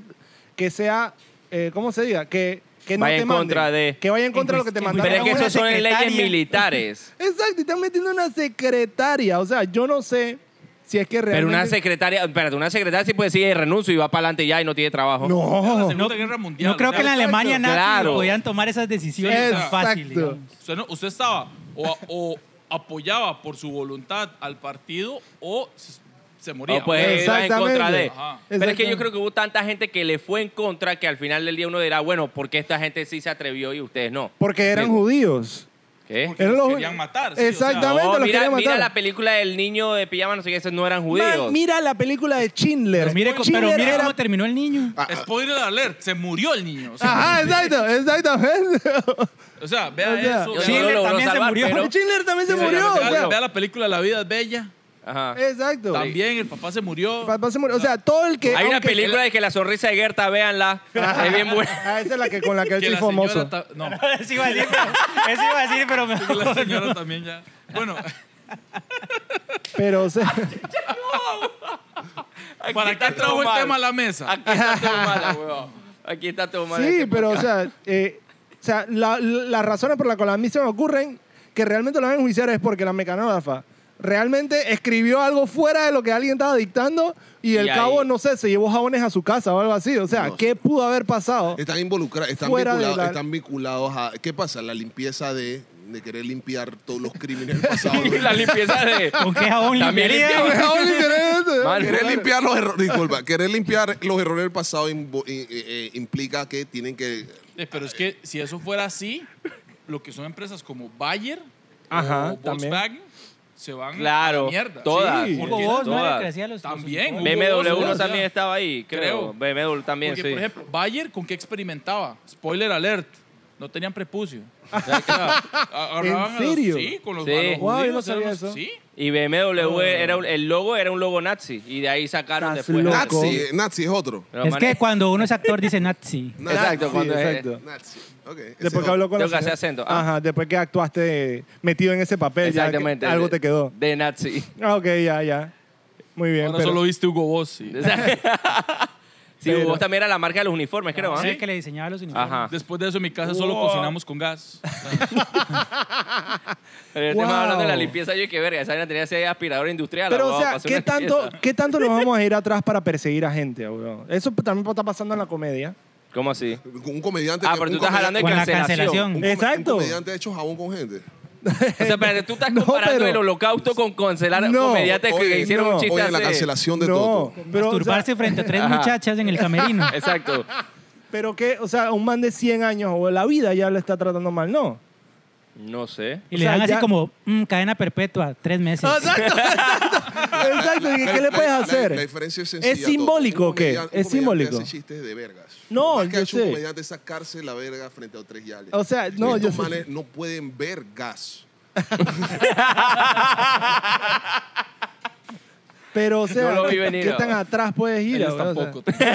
que sea, eh, ¿cómo se diga? Que, que no Vaya te en manden. contra de- Que vaya en contra de lo que te Pero mandaron. Pero es que una eso son en leyes secretaria. militares. Exacto, y están metiendo una secretaria. O sea, yo no sé si es que Pero realmente... una secretaria, espérate, una secretaria sí puede decir "Eh, renuncio y va para adelante ya y no tiene trabajo. Era la No. Segunda Guerra Mundial. No creo o sea, que en la Alemania nazi Claro. podían tomar esas decisiones tan fácil. Exacto. digamos. Usted, no- usted estaba o, o apoyaba por su voluntad al partido o se, se moría. Pues, Ah, pues, O puede ir en Exactamente. contra de. Ajá. Pero es que yo Exactamente. creo que hubo tanta gente que le fue en contra que al final del día uno dirá, bueno, ¿por qué esta gente sí se atrevió y ustedes no? Porque eran Sí. judíos. ¿Qué? Porque Eran los ju- querían matar, sí, o sea. Exactamente, No, los mira, querían matar. mira la película del niño de pijama, no sé qué, esos no eran judíos. Man, mira la película de Schindler. Pero mire, co- pero Schindler mire era- cómo terminó el [LAUGHS] niño. Ah, ah, Spoiler alert, se murió el niño. O sea, Ajá, exacto, exactamente. o sea, vea O sea, eso. vea- Yo no lo Schindler logró también se salvar, murió. [LAUGHS] pero- Schindler también se Sí, murió. pues. obviamente, o Vea, sea, vea la película La vida es bella. Ajá. exacto. También el papá se murió. El papá se murió. O sea, todo el que. [LAUGHS] Hay una aunque- película de que la sonrisa de Gerta, véanla. es bien buena. Ah, esa es la que con la [LAUGHS] que él que sí la famoso. señora ta- no, Eso iba a decir, pero- eso iba a decir, pero que la mejor. señora también ya. Bueno, Pero, o [LAUGHS] sea, [LAUGHS] ¿para qué trajo el tema a la mesa? Aquí está todo mala, weón. Aquí está todo mal. sí, Este pero, o podcast. sea, eh, o sea la- la- las razones por las cuales a mí se me ocurren que realmente lo van a enjuiciar es porque la mecanógrafa realmente escribió algo fuera de lo que alguien estaba dictando y el Y ahí- cabo, no sé, se llevó jabones a su casa o algo así. O sea, No. ¿qué pudo haber pasado? están involucrados, están Fuera de vinculados, la- están vinculados a. ¿Qué pasa? La limpieza de, de querer limpiar todos los crímenes [LAUGHS] del pasado. Y la [LAUGHS] limpieza de. [LAUGHS] ¿Con qué jabón También limpiaría? limpiaba. Mal. Querer limpiar los errores, disculpa, querer limpiar los errores del pasado imbo- i- i- eh, implica que tienen que Eh, Pero es que si eso fuera así, lo que son empresas como Bayer Ajá, o también. Volkswagen se van a Claro. la mierda. Todas. Sí. Hugo Porque- Boss, ¿no? Era Todas. el que hacía los- los También, uniformes. BMW Hugo Boss, también ya. estaba ahí, creo. Creo. BMW también, Porque, sí. por ejemplo, Bayer, ¿con qué experimentaba? Spoiler alert. no tenían prepucio. O sea, [LAUGHS] que a- a- agarraban a los- serio? sí, con los, Sí. a los Guau, yo no judíos, sabía eran- eso. Sí. Y BMW, era, un- el logo era un logo nazi. Y de ahí sacaron Estás después. loco. Nazi, eh, Nazi es otro. Pero, es man, que cuando uno es actor dice nazi. Nazi. Exacto, Sí, cuando es- exacto. Nazi. Ok. ese es Después que otro. habló con Tengo la que hacer señora- acento, ah. Ajá, después que actuaste metido en ese papel, ya que Exactamente. algo de- te quedó. [LAUGHS] De nazi. [LAUGHS] Ah, ok, ya, ya. Muy bien. Ahora pero- solo viste Hugo Boss. sí. O sea, sí, Pero- vos también era la marca de los uniformes, creo. ¿ah? Era el que le diseñaba los uniformes. Ajá. Después de eso en mi casa solo Wow. cocinamos con [LAUGHS] gas. Pero Wow. estamos hablando de la limpieza, yo qué verga. Esa vaina tenía ese aspirador industrial. Pero, abogado, o sea, para hacer ¿qué una tanto, limpieza. ¿qué tanto [LAUGHS] nos vamos a ir atrás para perseguir a gente, weón? Eso también está pasando en la comedia. ¿Cómo así? Un comediante. Ah, que- pero un tú estás comediante- hablando de Con la cancelación. cancelación. un come- Exacto. Un comediante hecho jabón con gente. O sea, espérate, tú [LAUGHS] estás No, comparando pero- el holocausto con cancelar No, comediantes oye, que hicieron no, un chiste Oye, la hace- cancelación de no, Toto. pero, o sea, Masturbarse frente a tres [LAUGHS] Ajá. muchachas en el camerino. [LAUGHS] Exacto. pero que, o sea, un man de 100 años o la vida ya lo está tratando mal, no. No sé. Y O le sea, dan así ya- como mm, cadena perpetua, tres meses. Exacto, [LAUGHS] ¿y ¿qué le puedes La- la- hacer? La, diferencia es sencilla. ¿Es simbólico Toto. Un o qué? comedian- un ¿Es comediante simbólico? Hace chistes de vergas. No, Lo más que yo ha hecho un sé. comediante es sacarse la verga frente a otros yales. O sea, no, yo Estos sé. manes no pueden ver gas. Pero, o sea, No lo vi ¿qué- venir, ¿qué no. tan atrás puedes ir? Ellos weón? O sea, tampoco.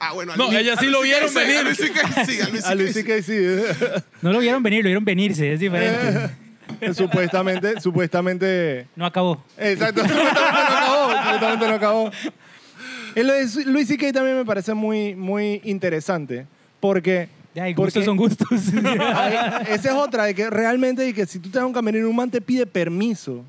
Ah, bueno. a No, Luis- [LAUGHS] ellas a sí lo Luis vieron CK, venir. A Luis CK, sí, a Luis A Luis CK. que sí. [LAUGHS] No lo vieron venir, lo vieron venirse, es [LAUGHS] diferente. supuestamente, supuestamente. No acabó. Exacto, [LAUGHS] supuestamente no acabó. Supuestamente no acabó. Y lo de Luis C.K. también me parece muy, muy interesante. Porque. Ya, y porque- gustos [LAUGHS] son gustos. Ay, Esa es otra, de que realmente de que si tú te das un camerino, un man te pide permiso.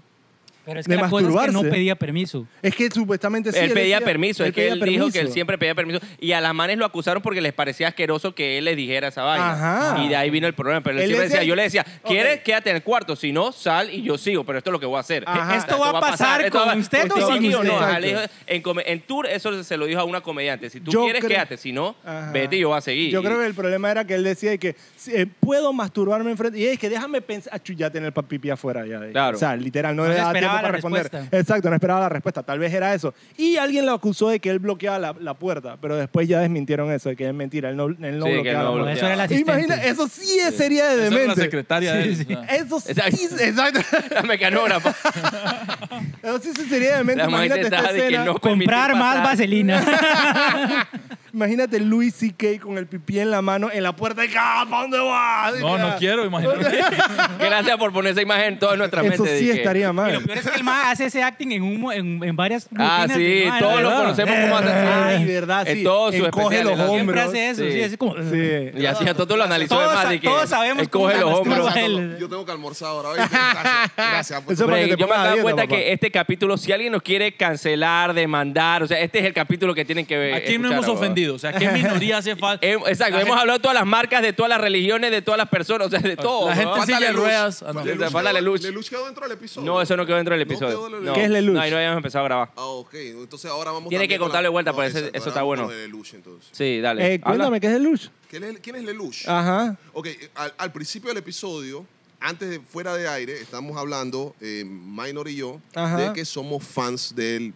Pero es de que la cosa es que no masturbarse. pedía permiso. Es que supuestamente sí. él pedía decía- permiso, es que pedía él dijo que él permiso. siempre pedía permiso. Y a las manes lo acusaron porque les parecía asqueroso que él les dijera esa vaina. Ajá. Y de ahí vino el problema. Pero él, Él siempre decía- decía, yo le decía, ¿quieres? Ok. Quédate en el cuarto. Si no, sal y yo sigo. Pero esto es lo que voy a hacer. Ajá. O sea, Esto va a pasar esto va- con usted ¿Usted o sí sin o no? usted. Ajá, le dijo- en, come- en tour eso se lo dijo a una comediante. Si tú Yo quieres, creo- quédate. Si no, Ajá. vete y yo voy a seguir. Yo Y- creo que el problema era que él decía de que si, eh, puedo masturbarme enfrente. Y es que déjame pensar, achu, ya tener el papipi afuera. Ya, de- Claro. O sea, literal, no, No le se daba tiempo esperaba para la responder. respuesta. Exacto, no esperaba la respuesta. Tal vez era eso. Y alguien lo acusó de que él bloqueaba la, la puerta, pero después ya desmintieron eso, de que es mentira, él no, él no Sí, que bloqueaba. no la puerta. bloqueaba. Eso era el asistente. Imagina, eso sí es- sería de Esa era la demente. secretaria de él, Sí, sí. o sea. Eso sí, [LAUGHS] [LAUGHS] Exacto. exacto. La mecanógrafa. Eso sí sería demente. La [LAUGHS] mujer Imagínate esta estaba de que escena. no permití Comprar más pasar. [LAUGHS] vaselina. [LAUGHS] Imagínate Luis C.K. con el pipí en la mano en la puerta y ¡Ah, ¿para dónde vas? No, no quiero, imagínate. Gracias por poner esa imagen en toda nuestra mente. Eso sí dije. estaría Y lo mal. peor es que el más hace ese acting en, un, mo- en, en varias Ah, rutinas sí, de- Ah, todos la lo verdad. conocemos como asesino. Ay, verdad, sí. En todos sus Encoge especiales, los ¿no? hombros. Siempre hace eso, Sí. sí, es como... Sí. Y así a Toto lo analizó Todos de más. sa- de que todos sabemos él cómo coge los masturba. hombros. Gracias, Él- Toto. Yo tengo que almorzar ahora. [LAUGHS] ¿oíste? Gracias. Gracias pues. por Eso tu- para Pero que te yo me pongas a acabo de dieta, cuenta papá. que este capítulo, si alguien nos quiere cancelar, demandar, o sea, este es el capítulo que tienen que ver. ¿A quién no hemos ofendido? O sea, ¿qué minoría hace falta? exacto, La hemos hablado de todas las marcas, de todas las religiones, de todas las personas, o sea, de todo. La ¿no? gente Pátale silla de luz. ruedas. Ah, no. Lelouch quedó- Pátale luz. Lelouch quedó dentro del episodio. No, eso no quedó dentro del No episodio. quedó No, del- ¿Qué es Lelouch? No, ahí no habíamos empezado a grabar. Ah, ok. Entonces ahora vamos Tiene también que con la- contarle vuelta, pues, exacto, ese- eso ahora está vamos bueno. con lo de Lelouch, entonces. Sí, dale. Eh, cuéntame, ¿qué es el Lush? ¿Quién es, quién es Lelouch? Ajá. Ok, al, al principio del episodio, antes de fuera de aire, estamos hablando, eh, Minor y yo, Ajá. de que somos fans del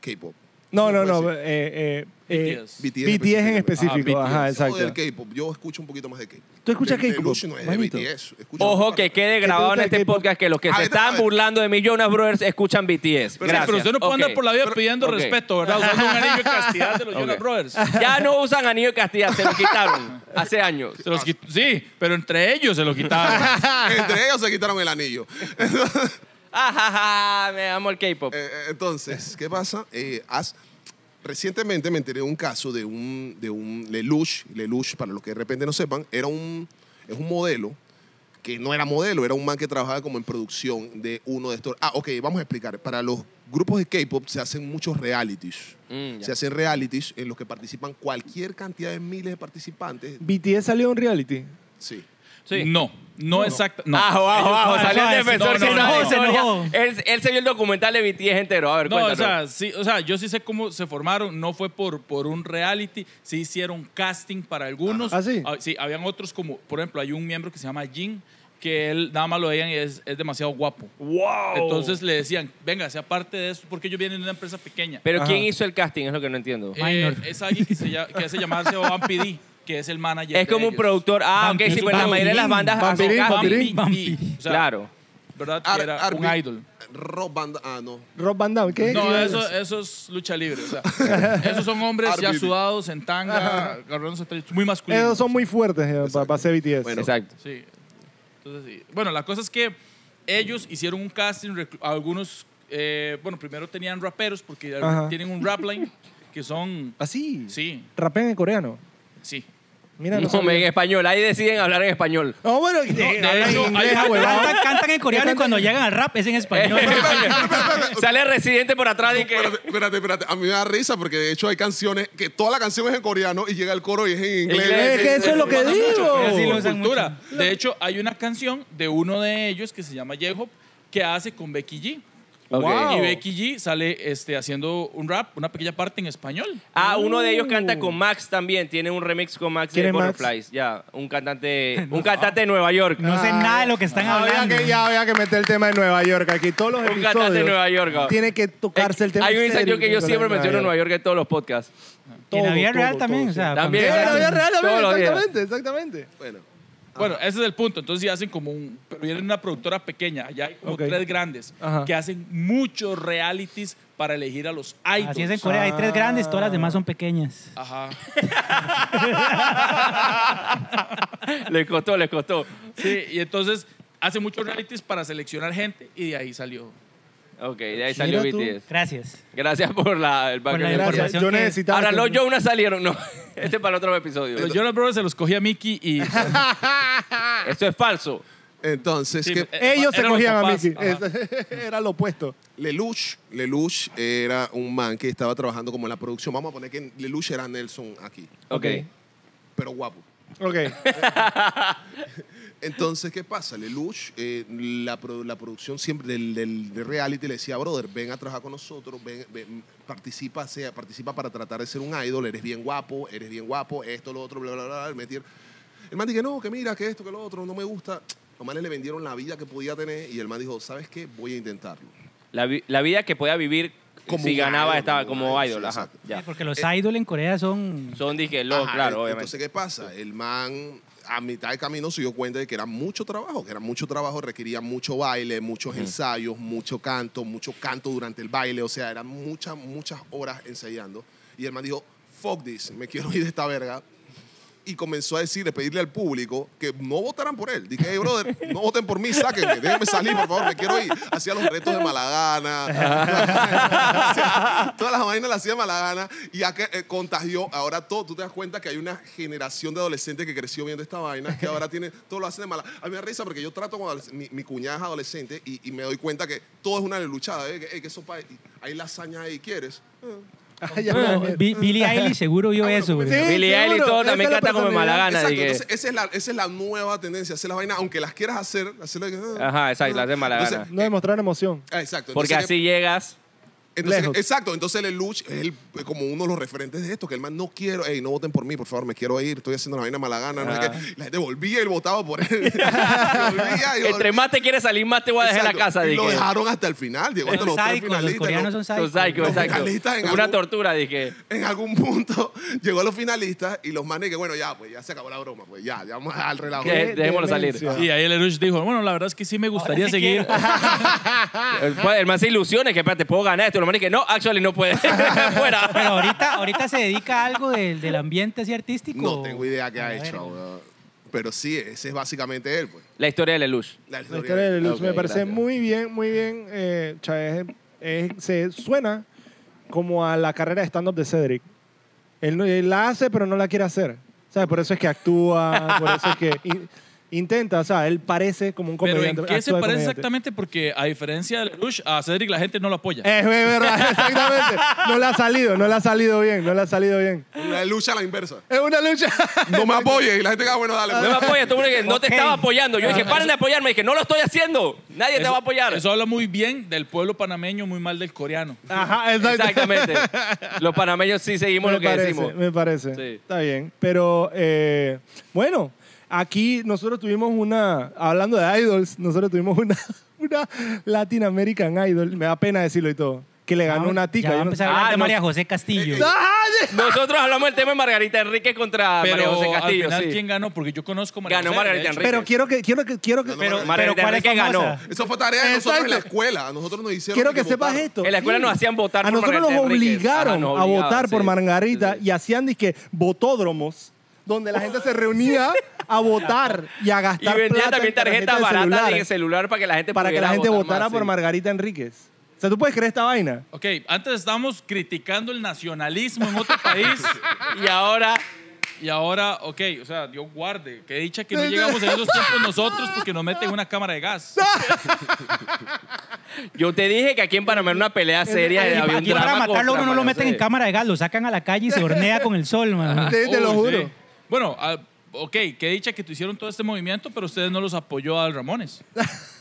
K-pop. No, no, ¿Cómo no. puede eh, eh, eh, BTS. BTS en específico. Ah, Ajá, BTS. Eso del exacto. K-pop, yo escucho un poquito más de K-pop. ¿Tú escuchas Del- K-pop? Lelouch no es de Manito. BTS. escucho Ojo más que para- quede te grabado en gusta el este K-pop? podcast que los que A se ver, a están ver. burlando de mi Jonas Brothers escuchan BTS. Sí, Gracias. pero usted no puede andar Ok. por la vida pidiendo ok. respeto, [LAUGHS] ¿verdad? Usando un anillo de castidad de los Ok. Jonas [LAUGHS] Brothers. Ya no usan anillo de castidad, se [LAUGHS] lo quitaron hace años. Se los quit- Sí, pero entre ellos se lo quitaron. Entre ellos se quitaron el anillo. Ajaja, me amo el K-pop. Eh, eh, entonces, ¿qué pasa? Eh, has- recientemente me enteré de un caso de un, de un Lelouch. Lelouch, para los que de repente no sepan, era un, es un modelo que no era modelo, era un man que trabajaba como en producción de uno de estos. Ah, ok, vamos a explicar. Para los grupos de K-pop se hacen muchos realities. Mm, ya. se hacen realities en los que participan cualquier cantidad de miles de participantes. BTS salió en reality. Sí. [LAUGHS] Sí. No, no exacto. No. Ajo, ajo, ajo. Suave, Ah, Salió el suave, defensor. se que enojó, no, se no, enojó. ya. Él, él se vio el documental de BTS entero. A ver, No, o cuéntanos. sea, sí, o sea, yo sí sé cómo se formaron, no fue por, por un reality, sí hicieron casting para algunos. Ajá. ¿Ah, sí? habían otros como, por ejemplo, hay un miembro que se llama Jin, que él nada más lo veían y es, es demasiado guapo. ¡Wow! Entonces le decían, venga, sea parte de esto, porque ellos vienen de una empresa pequeña. Pero Ajá. ¿quién hizo el casting? Es lo que no entiendo. Eh, Minor. es alguien que se, llama, que hace llamarse Van PD, E que es el manager. Es de como un ellos. productor. Ah, ok, Vampirín, sí, pues la mayoría de las bandas vampirín, hacen Van PD, vampirín. casting. Vampirí. o sea, Claro. ¿Verdad? Que Ar- era Ar- un Ar- idol. Rock band. Ah, Eh. no. Rob Van Damme, ¿qué? No, ¿Qué eso, es? eso es lucha libre. O [LAUGHS] sea, esos son hombres ya Arbitrio. sudados, en tanga, agarrándose a tra- muy masculinos. Esos son muy fuertes eh, para, para ser BTS. Bueno. Exacto. Sí. Entonces, sí. Bueno, la cosa es que ellos hicieron un casting, reclu- algunos, eh, bueno, primero tenían raperos porque Ajá. tienen un rap line que son, Así. sí, Rapen ¿Ah, en coreano. sí. Mira, no No, sabía. me- en español. Ahí deciden hablar [LAUGHS] en español. No, bueno, eh, de hablan hecho, inglés, hay- abuelado. Cantan, cantan en coreano y cuando llegan al rap es en [LAUGHS] español. Sale residente por atrás y que. Espérate, espérate, espérate. A mí me da risa porque de hecho hay canciones que toda la canción es en coreano y llega el coro y es en inglés. Inglés. Es que eso es lo que Pero sí lo digo. usan Cultura. mucho. De hecho, hay una canción de uno de ellos que se llama J-Hope que hace con Becky G. Ok. Y Becky G sale este, haciendo un rap, una pequeña parte en español. Ah, uno de ellos canta con Max también. Tiene un remix con uh. Max ¿Quién de es Max? Ah. Butterflies. Ya, un cantante, un cantante de Nueva York. Eh, No sé nada de lo que están Había hablando. que, ya había que meter el tema de Nueva York aquí. Todos los Un episodios. cantante de Nueva York, cabrón. Eh, Tiene que tocarse el tema. Hay un serio ensayo que yo de siempre menciono en Nueva York en todos los podcasts. Y en la vida Todo, real todo, también. todo, o sea, sí. También. Sí, en la vida real también, Todos los días. exactamente, exactamente. Bueno. Ah. Bueno, ese es el punto. Entonces, sí hacen como un. Pero viene una productora pequeña. Allá hay como Ok. tres grandes Ajá. que hacen muchos realities para elegir a los idols. Así es en Corea. Hay tres grandes, todas las demás son pequeñas. Ah. Ajá. [LAUGHS] Les costó, les costó. Sí, y entonces hace muchos realities para seleccionar gente y de ahí salió. Ok, de ahí Mira salió tú. BTS. Gracias. Gracias por la, el la background. información. Gracias. Yo que- necesitaba. Ahora que- los Jonas salieron, no. [LAUGHS] Este es para otro episodio. Los Jonas Brothers se los cogía a Mickey [LAUGHS] y. Eso es falso. Entonces, Sí, que eh, Ellos se eran los cogían a papás. Mickey. Ajá. Es- [LAUGHS] Era lo opuesto. Lelouch, Lelouch era un man que estaba trabajando como en la producción. Vamos a poner que Lelouch era Nelson aquí, Ok. pero guapo. [LAUGHS] Ok. Entonces, ¿qué pasa? Lelouch, eh, la, produ- la producción siempre del, del- del reality le decía, brother, ven a trabajar con nosotros, ven, ven, participa, sea, participa para tratar de ser un ídolo, eres bien guapo, eres bien guapo, esto, lo otro, bla, bla, bla, bla, metir. El man dije, no, que mira, que esto, que lo otro, no me gusta. Los manes le vendieron la vida que podía tener y el man dijo, ¿sabes qué? Voy a intentarlo. La, vi- la vida que podía vivir Como si un ganaba idol, estaba como un como idol, idol. sí, Ajá. exacto. Ya. Sí, Porque los Eh, idols en Corea son... Son dije, lo, Ajá, claro, en- obviamente. Entonces, ¿qué pasa? El man a mitad de camino se dio cuenta de que era mucho trabajo, que era mucho trabajo, requería mucho baile, muchos ensayos, mucho canto, mucho canto durante el baile, o sea, eran muchas, muchas horas ensayando. Y el man dijo, fuck this, me quiero ir de esta verga. Y comenzó a decirle, pedirle al público que no votaran por él. Dije, hey, brother, no voten por mí, sáquenme, déjenme salir, por favor, me quiero ir. Hacía los retos de Malagana. Todas las vainas las hacía mala gana y ya que eh, contagió. Ahora todo, tú te das cuenta que hay una generación de adolescentes que creció viendo esta vaina, que ahora tiene, todo lo hacen de mala. A mí me da risa porque yo trato con adolesc- mi, mi cuñada es adolescente y, y me doy cuenta que todo es una luchada. eh, que, eh, que eso pa- hay lasaña ahí, ¿quieres? Ay, ya No, me da miedo. Bi- Billie Eilish seguro vio [LAUGHS] Ah, bueno, eso, pues, güey. Sí, eh, Billie Eilish seguro, todo esa también es la canta como de mala gana. Exacto, dije. entonces esa es, la, esa es la nueva tendencia, hacer las vainas, aunque las quieras hacer, hacerlo. eh, Ajá, exacto, las de mala entonces, gana. No demostrar emoción. ah, Exacto. Porque entonces, así llegas. Entonces, Lejos. exacto, entonces Lelouch es el- como uno de los referentes de esto, que el man no quiero, hey, no voten por mí, por favor, me quiero ir, estoy haciendo una vaina mala gana, no sé Ah. qué. La gente volvía y votaba [LAUGHS] por él. [LAUGHS] Y volvía y Entre volvía. más te quieres salir, más te voy a dejar Exacto, la casa. Y Dije. lo dejaron hasta el final, llegó hasta Son los tres sádicos, los finalistas, coreanos ¿no? son sádicos. Los psycho, Los exacto. vocalistas en Una algún- tortura, dije. En algún punto [LAUGHS] llegó a los finalistas y los manes que bueno, ya, pues ya se acabó la broma, pues ya, ya vamos a dejar el relajo. Que dejémoslo salir. demencia. Y ahí el Erush dijo: Bueno, la verdad es que sí me gustaría sí [LAUGHS] seguir. El, el man se ilusiones que, espérate, puedo ganar esto. El man dije, no, actually no puede. [LAUGHS] Pero Fuera. ahorita, ahorita se dedica a algo del, del ambiente así artístico. No tengo idea qué A ha ver, hecho, weón. pero sí, ese es básicamente él, pues. La historia de Lelouch. La La historia historia de Lelouch Ok, me parece gracias. muy bien, muy bien. eh, o sea, es- es- se suena como a la carrera de stand-up de Cedric. Él, no- él la hace, pero no la quiere hacer. O sea, Por eso es que actúa, por eso [LAUGHS] es que in- intenta. O sea, él parece como un Pero comediante. ¿en qué se actúa de parece comediante. exactamente? Porque a diferencia de Erush, a Cedric la gente no lo apoya. Eh, Es verdad, [LAUGHS] exactamente. No le ha salido, no le ha salido bien, no le ha salido bien. La lucha a [LAUGHS] la inversa. Es una lucha. No me apoyes y la gente que, ah, bueno, dale. No me pues. apoyas, tú me dijiste, no te Ok. estaba apoyando. Yo dije, paren de apoyarme. Dije, no lo estoy haciendo. Nadie te Eso- va a apoyar. Eso habla muy bien del pueblo panameño, muy mal del coreano. Ajá, exacto. [LAUGHS] Exactamente. Los panameños sí me seguimos lo que parece, decimos. Me parece. Sí. Está bien. Pero eh, bueno, Aquí nosotros tuvimos una, hablando de idols, nosotros tuvimos una, [LAUGHS] una Latin American Idol, me da pena decirlo y todo, que le ganó una Ya tica. va a yo no- empezar a hablar Ah, de no. María José Castillo. ¡Ay! Nosotros hablamos del tema de Margarita Enrique contra Ah, María Pero José al Castillo. final, sí. ¿quién ganó? Porque yo conozco a María Ganó José, de Margarita hecho. Enrique. Ah, Pero quiero que, quiero que, quiero que, No, no, pero- no, no. Margarita pero ¿cuál es Enrique ganó. famosa? Eso fue tarea de nosotros en la Exacto. escuela. A nosotros nos hicieron. quiero hay que sepas votar. esto. En la escuela Sí. nos hacían votar A por nosotros nos Margarita Enríquez. obligaron Ajá, nos a votar obligaron, por sí. Margarita Sí, sí. y hacían disque votódromos donde la gente se [LAUGHS] reunía a votar y a Y gastar vendía plata también en tarjetas tarjetas de baratas celular de celular para que la gente para que la este pudiera gente votar votara más, por sí. Margarita Enríquez. O sea, ¿tú puedes creer esta vaina? Ok, antes estábamos criticando el nacionalismo en otro [LAUGHS] país Y ahora y ahora, ok, o sea, Dios guarde, que dicha que no llegamos en esos tiempos nosotros porque nos meten una cámara de gas. yo te dije que aquí en Panamá era una pelea seria. Aquí- había un aquí para drama matarlo contra uno no lo María meten José. en cámara de gas, lo sacan a la calle y se hornea con el sol, [LAUGHS] Ah, mano. Te, te lo Uy, juro. sí. Bueno, ah, ok, que dicha que tú hicieron todo este movimiento, pero ustedes no los apoyó al Ramones.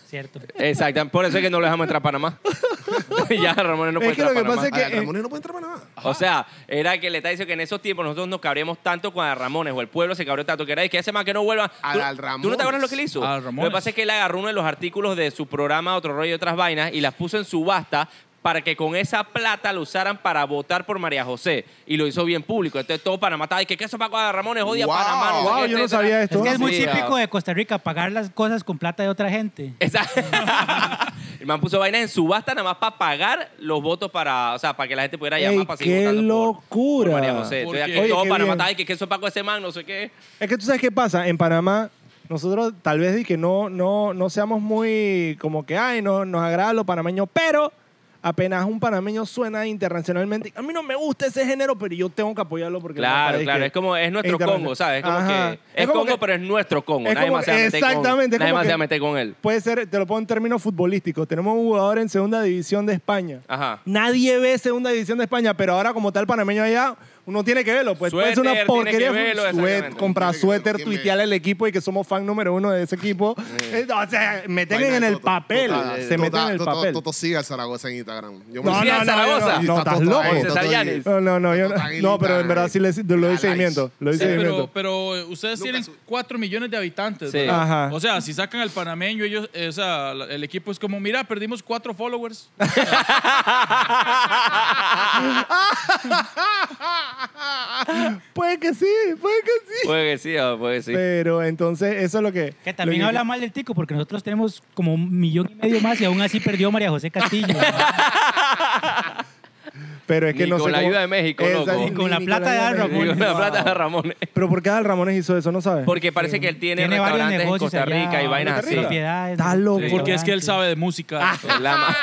Cierto. Exacto, por eso es que no lo dejamos entrar [LAUGHS] a Panamá. [LAUGHS] ya Ramones no Es puede que entrar a lo que Panamá. pasa es Ay, que- Ramones no puede entrar para nada. O sea, era que le está diciendo que en esos tiempos nosotros nos cabríamos tanto con a Ramones o el pueblo se cabrió tanto que era de que ese más que no vuelva. A ¿Tú, Al ¿Tú no Ramones. te acuerdas lo que le hizo? Al Lo que Ramones. pasa es que él agarró uno de los artículos de su programa Otro Rollo y otras vainas y las puso en subasta para que con esa plata lo usaran para votar por María José y lo hizo bien público. Entonces todo Panamá estaba de que "¿Qué eso Paco de Ramones odia Wow. a Panamá. Wow, sé qué, yo no etcétera". sabía esto. Es que es muy Sí, ya. típico de Costa Rica pagar las cosas con plata de otra gente. Exacto. [LAUGHS] el man puso vainas en subasta nada más para pagar los votos para, o sea, para que la gente pudiera Ey, llamar para seguir qué votando por- Por, locura. María José. Entonces, Porque- aquí Oye, todo qué Panamá bien. está de que "¿Qué eso Paco ese man, no sé qué. Es que tú sabes qué pasa. En Panamá, nosotros tal vez di que no, no, no seamos muy como que, ay, no, nos agrada lo panameño, pero apenas un panameño suena internacionalmente. A mí no me gusta ese género, pero yo tengo que apoyarlo porque... Claro, di claro, que- es como es nuestro interna- Congo, ¿sabes? Es como Ajá. que es, como Congo, que- pero es nuestro Congo, es nadie como- más se va a meter con exactamente, es nadie como más se que- va a meter con él. Puede ser, te lo pongo en términos futbolísticos. Tenemos un jugador en segunda división de España. [LAUGHS] Ajá. Nadie ve segunda división de España, pero ahora como tal panameño allá, uno tiene que verlo. Pues puede ser una Suéter, tiene porquería. que verlo, sué- exactamente. comprar Tiene que verlo, suéter, tiene que tuitearle al equipo y que somos fan número uno de ese equipo. Eh, O sea, meten Vaina en de el Toto. papel. Total, Se meten en el Toto- papel. Toto sigue al Zaragoza en Instagram. Yo No, Sí, no, no, yo al Zaragoza. no, no, estás loco. César Yanis. No, no, no, yo no, Toto está en no, pero en Instagram, verdad sí le, lo doy Galáis. seguimiento. Lo doy Sí, pero, seguimiento. pero, eh, ustedes Lucas, tienen 4 millones de habitantes. Sí. ¿verdad? Ajá. O sea, si sacan al panameño, ellos, eh, o sea, la- el equipo es como, mira, perdimos 4 followers. Puede que sí, puede que sí. Puede que sí, ah, puede que sí. Pero entonces eso es lo que... Que también lo habla mal del tico, porque nosotros tenemos como un millón y medio más y aún así perdió María José [LAUGHS] Castillo. Pero es que Ni no con sé la cómo- ayuda de México, Esa- loco. ni- Ni con la ni plata de ayuda Al Ramón. Digo, México. la plata de Ramones. Pero ¿por qué Al Ramones hizo eso? No sabes. Porque parece que él tiene, Tiene varios restaurantes en negocios Costa allá, Rica y vainas Costa así. Rica. propiedades, Está loco. Porque es que él restaurantes. sabe de música. El ama-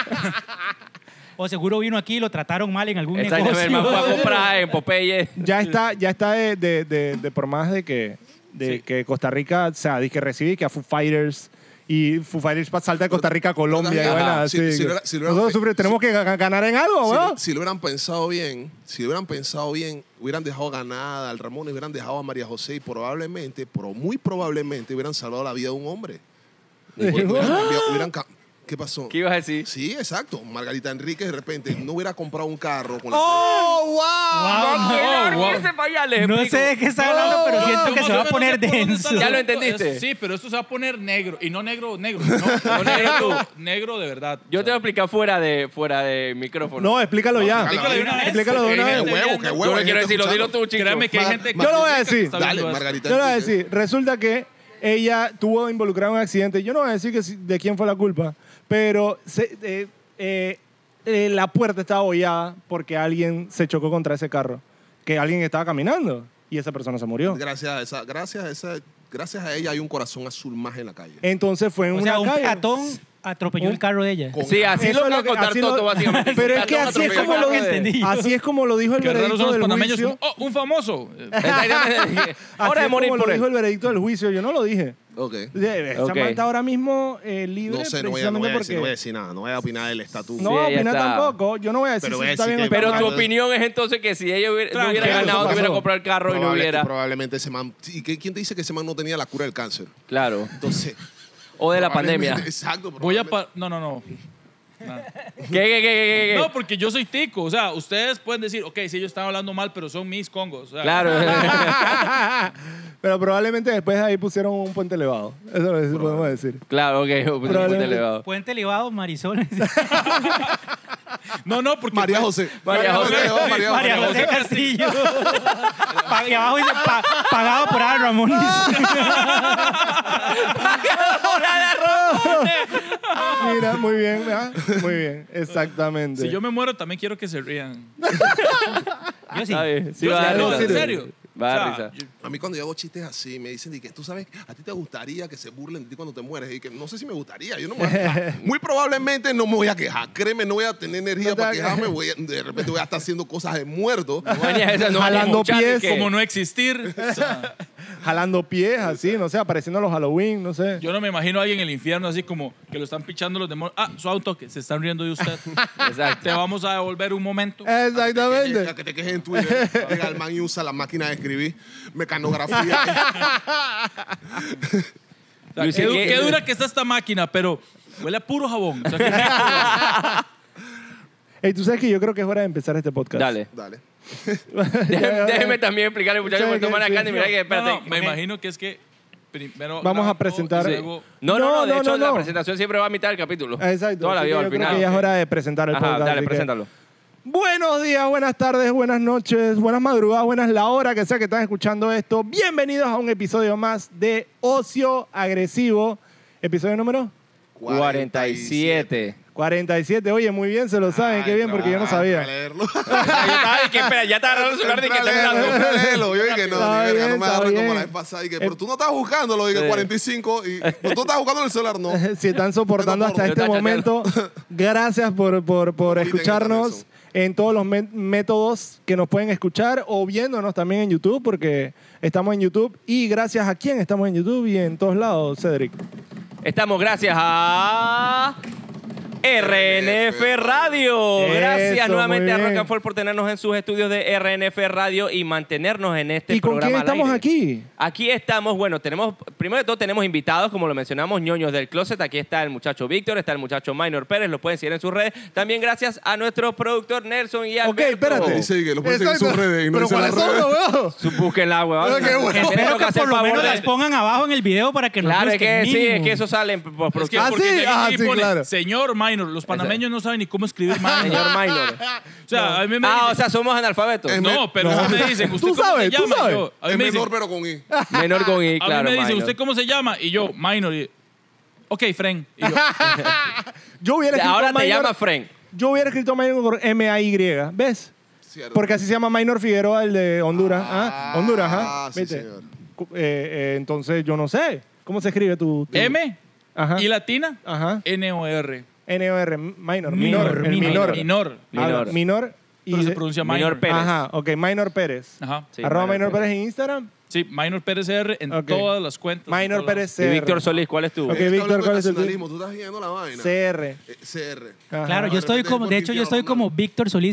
O seguro vino aquí y lo trataron mal en algún Exactamente, el man fue a negocio. comprar en Popeye. Ya está, ya está de, de- de- de por más de que, de que Costa Rica, o sea, dije que recibe que a Foo Fighters y Foo Fighters pa- salta de Costa Rica a Colombia. y Ajá. vaina Si- así. si lo era- si lo era- Nosotros sufre- tenemos que ga- ganar en algo, Si, weón. lo- si lo hubieran pensado bien, si lo hubieran pensado bien, hubieran dejado ganada al Ramón, hubieran dejado a María José y probablemente, pero muy probablemente, hubieran salvado la vida de un hombre. Porque hubieran Ah. cambiado- hubieran ca- ¿Qué pasó? ¿Qué ibas a decir? Sí, exacto. Margarita Enríquez de repente no hubiera comprado un carro con la- ¡Oh, wow! Wow, Qué wow. largo ese payaso, [LAUGHS] les no explico. sé de qué está hablando, pero No, siento que Más se va o a menos poner sé por dónde denso. está la- Ya lo entendiste. Es- eh, sí, pero esto se va a poner negro. Y no negro, negro. No, no negro, negro de verdad. Yo te voy a explicar fuera de, fuera de micrófono. No, explícalo ya. Explícalo de una vez. Explícalo de una ¡Qué Explícalo vez. de huevo, qué huevo! Yo no hay quiero gente decirlo, dilo escuchando. tú, chico. Créame que hay Mar- gente que. Yo lo voy a decir. Dale, Dale, pues. Margarita Yo le voy a Enríquez. decir, resulta que ella tuvo involucrada en un accidente. Yo no voy a decir que si- de quién fue la culpa, pero se- eh, eh, eh, la puerta estaba hollada porque alguien se chocó contra ese carro. Que alguien estaba caminando y esa persona se murió. Gracias a esa, gracias a esa, gracias a ella hay un corazón azul más en la calle. Entonces fue en O una sea, un calle. peatón atropelló Un- el carro de ella. Con- Sí, así Eso lo es voy a que- contar así lo- Toto, básicamente. Pero es que Carlos así es atropelló como a lo, Carlos de- entendí. así es como lo dijo el Qué raros son veredicto los del panameños. juicio. Oh, un famoso. [LAUGHS] Exactamente. Así Hora de es morir como por lo dijo él. el veredicto del juicio. Yo no lo dije. Ok. De- Esa Ok. man está ahora mismo eh, libre No sé, no voy, a, no, precisamente voy a decir, no voy a porque... decir nada, no voy a opinar del estatuto. No voy a Sí, ella opinar está. tampoco. Yo no voy a decir Pero si voy a está decir bien o que- está Pero mal. tu opinión es entonces que si ella hubiera, no hubiera Tranquilo, ganado, eso te hubiera pasó. comprado el carro y no Probable- hubiera. Probablemente ese man. ¿Y qué- quién te dice que ese man no tenía la cura del cáncer? Claro. Entonces. O de la probablemente- [LAUGHS] [LAUGHS] pandemia. ¿Qué, Exacto. Voy a. probablemente- pa- no, no, no. No. qué, qué, qué, qué? [LAUGHS] No, porque yo soy tico. O sea, ustedes pueden decir, ok, si ellos están hablando mal, pero son mis congos. o sea, Claro. Pero probablemente después de ahí pusieron un puente elevado. Eso es lo que sí podemos decir. [LAUGHS] Claro, ok, un puente Probablemente. elevado. Puente elevado, [LAUGHS] Marisol. No, no, porque. María fue- José. María José. María María María José. José Castillo. Pa- y abajo dice pa- pagado por Adal Ramones. Mira, muy bien, ¿verdad? Muy bien, [LAUGHS] exactamente. Si yo me muero, también quiero que se rían. Ah, Yo sí. Está bien, sí Yo va a sé, dar no, risa. en serio. Va a O dar sea, risa. yo- A mí cuando yo hago chistes así, me dicen, di que tú sabes, a ti te gustaría que se burlen de ti cuando te mueres. Y que no sé si me gustaría, yo no me voy a [LAUGHS] quejar. Muy probablemente no me voy a quejar. Créeme, no voy a tener energía No te para va a quejarme. quejar. Voy a- de repente voy a estar haciendo cosas de [LAUGHS] muerto. Maña, esa no Jalando vamos a escuchar, pies. que- Como no existir. o sea, Jalando pies, así, no sé, apareciendo los Halloween, no sé. yo no me imagino a alguien en el infierno así como que lo están pichando los demonios. Ah, suave un toque. Se están riendo de usted. Te Exacto. vamos a devolver un momento. Exactamente. Que, que te quejes en Twitter. Llega el man y usa la máquina de escribir, [LAUGHS] mecanografía. O sea, Luis, qué, du- ¿qué- qué dura que está esta máquina, pero huele a puro jabón. [LAUGHS] O sea, que- Ey, tú sabes que yo creo que es hora de empezar este podcast. [LAUGHS] Dale. Dale. Déjeme, déjeme también explicarle, muchachos, Sí, por tomar sí, acá. sí. Mira que, No, espérate. no, me imagino que es que primero. Vamos grabando a y presentar- Sí. luego- No, no, no, No, de no, hecho no, la no. presentación siempre va a mitad del capítulo. Exacto. Toda la así que yo vida, al creo final. que ya es hora de presentar el Ajá, podcast. dale, así que- preséntalo. Buenos días, buenas tardes, buenas noches, buenas madrugadas, buenas la hora que sea que están escuchando esto. Bienvenidos a un episodio más de Ocio Agresivo. Episodio número 47. 47. Oye, muy bien, se lo saben, qué bien, porque yo no sabía. Leerlo. Yo estaba y que, espera, ya está agarrando el celular y que Entra a está leerlo, entra mirando. a leerlo. Yo dije, no, ni Está verga, no bien, me está agarran como bien. Eh, la vez pasada. Y que, pero tú no estás buscando, lo dije, Sí. 45. Y, pero tú estás buscando en el celular, [LAUGHS] no. si están soportando Yo hasta este estoy chateando. este momento, [LAUGHS] gracias por, por, por Ahorita escucharnos quitan en todos los mé- métodos que nos pueden escuchar o viéndonos también en YouTube, porque estamos en YouTube y gracias a quién estamos en YouTube y en todos lados, Cedric. Estamos gracias a RNF Radio. Gracias Eso, nuevamente muy a Rock bien. and Folk por tenernos en sus estudios de RNF Radio y mantenernos en este ¿Y con programa. quién al estamos aire. aquí? Aquí estamos, bueno, tenemos, primero de todo tenemos invitados, como lo mencionamos, ñoños del closet. Aquí está el muchacho Víctor, está el muchacho Minor Pérez, lo pueden seguir en sus redes. También gracias a nuestro productor Nelson y Ok, Alberto. espérate. Dice que lo pueden seguir en sus Exacto. redes y no Pero dice ¿cuáles las son redes? los huevos? Su búsquenla, weón. Pero qué bueno. Tenemos Espero que hacer por lo favor menos de- las pongan abajo en el video para que nos Claro, es busquen, que sí, mínimo. es que eso sale en Es que postproducción. Ah, porque sí, llegan ah, y sí, ponen, claro. Señor Minor, los panameños no saben ni cómo escribir Minor. Señor Minor. O sea, a mí me Ah, dicen- o sea, [LAUGHS] somos analfabetos. Es no, pero no. a mí me dicen, ¿usted Tú cómo sabes, se tú llama? Y sabes. yo- a mí Es me menor, dicen, pero con I. Menor con I, a mí claro. me dicen minor. ¿usted cómo se llama? Y yo, Minor. Y, ok, Fren. Y yo, Yo hubiera escrito Ahora te minor- llama Frank. Yo hubiera escrito minor con M-A-Y, ¿ves? Cierto. Porque así se llama Minor Figueroa, el de Honduras. Ah, ¿ah? Honduras, ah, ¿ah? sí, ¿Viste? señor. Cu- eh, eh, entonces, yo no sé. ¿Cómo se escribe tu...? tu- M Ajá. y latina, Ajá. N-O-R. N-O-R, minor. Minor. Minor, el minor. minor. Minor. Ah, Minor. minor y... Pero se pronuncia Minor Minor. Pérez. Ajá, ok, Minor Pérez. Ajá. Sí, Arroba Minor Minor Pérez en Instagram. Sí, Minor Pérez R en Ok. todas las cuentas. en Minor todos lados. Pérez Y CR. Víctor Solís, ¿cuál es tu? Ok, Está hablando Víctor, de ¿cuál es el nacionalismo, Tú estás viendo la vaina. CR. Eh, CR. Ajá. Claro, yo de estoy repente como, de es hecho yo porque estoy como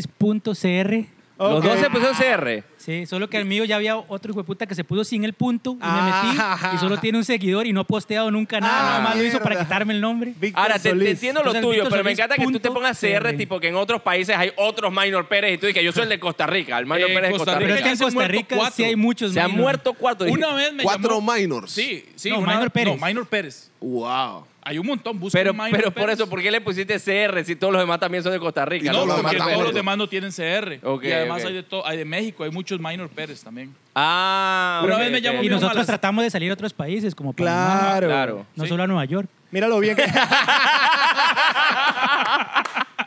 victorsolis.cr. Los Ok. dos se pusieron CR. Sí, solo que el mío ya había otro hijo de puta que se puso sin el punto y me Ah. metí y solo tiene un seguidor y no ha posteado nunca nada, Ah, nada más lo hizo mierda. para quitarme el nombre. Víctor Ahora, te, te Solís. entiendo lo Entonces, tuyo, Víctor pero me Solís encanta que tú te punto pongas CR, CR. tipo que en otros países hay otros Minor Pérez y tú dices, yo soy el de Costa Rica, el Minor Eh, Pérez de Costa Costa Pero Rica. es que Rica. en se han Costa muerto Rica sí cuatro. hay muchos. Se han menos. muerto cuatro. Una vez me Cuatro llamó- minors. Sí, sí. No, una Minor vez- Pérez. No, Minor Pérez. Wow. Hay un montón. Busca Pero, Minor pero por Pérez. eso, ¿por qué le pusiste CR si todos los demás también son de Costa Rica? Y No, todos los porque demás todos también. los demás no tienen CR. Ok, y además ok. hay de todo, hay de México, hay muchos minor Pérez también. Ah, Una ok, vez me ok. llamó Y mi- nosotros malas. tratamos de salir a otros países como Panamá, Claro. Claro. no Sí. solo a Nueva York. Mira lo bien [LAUGHS] que...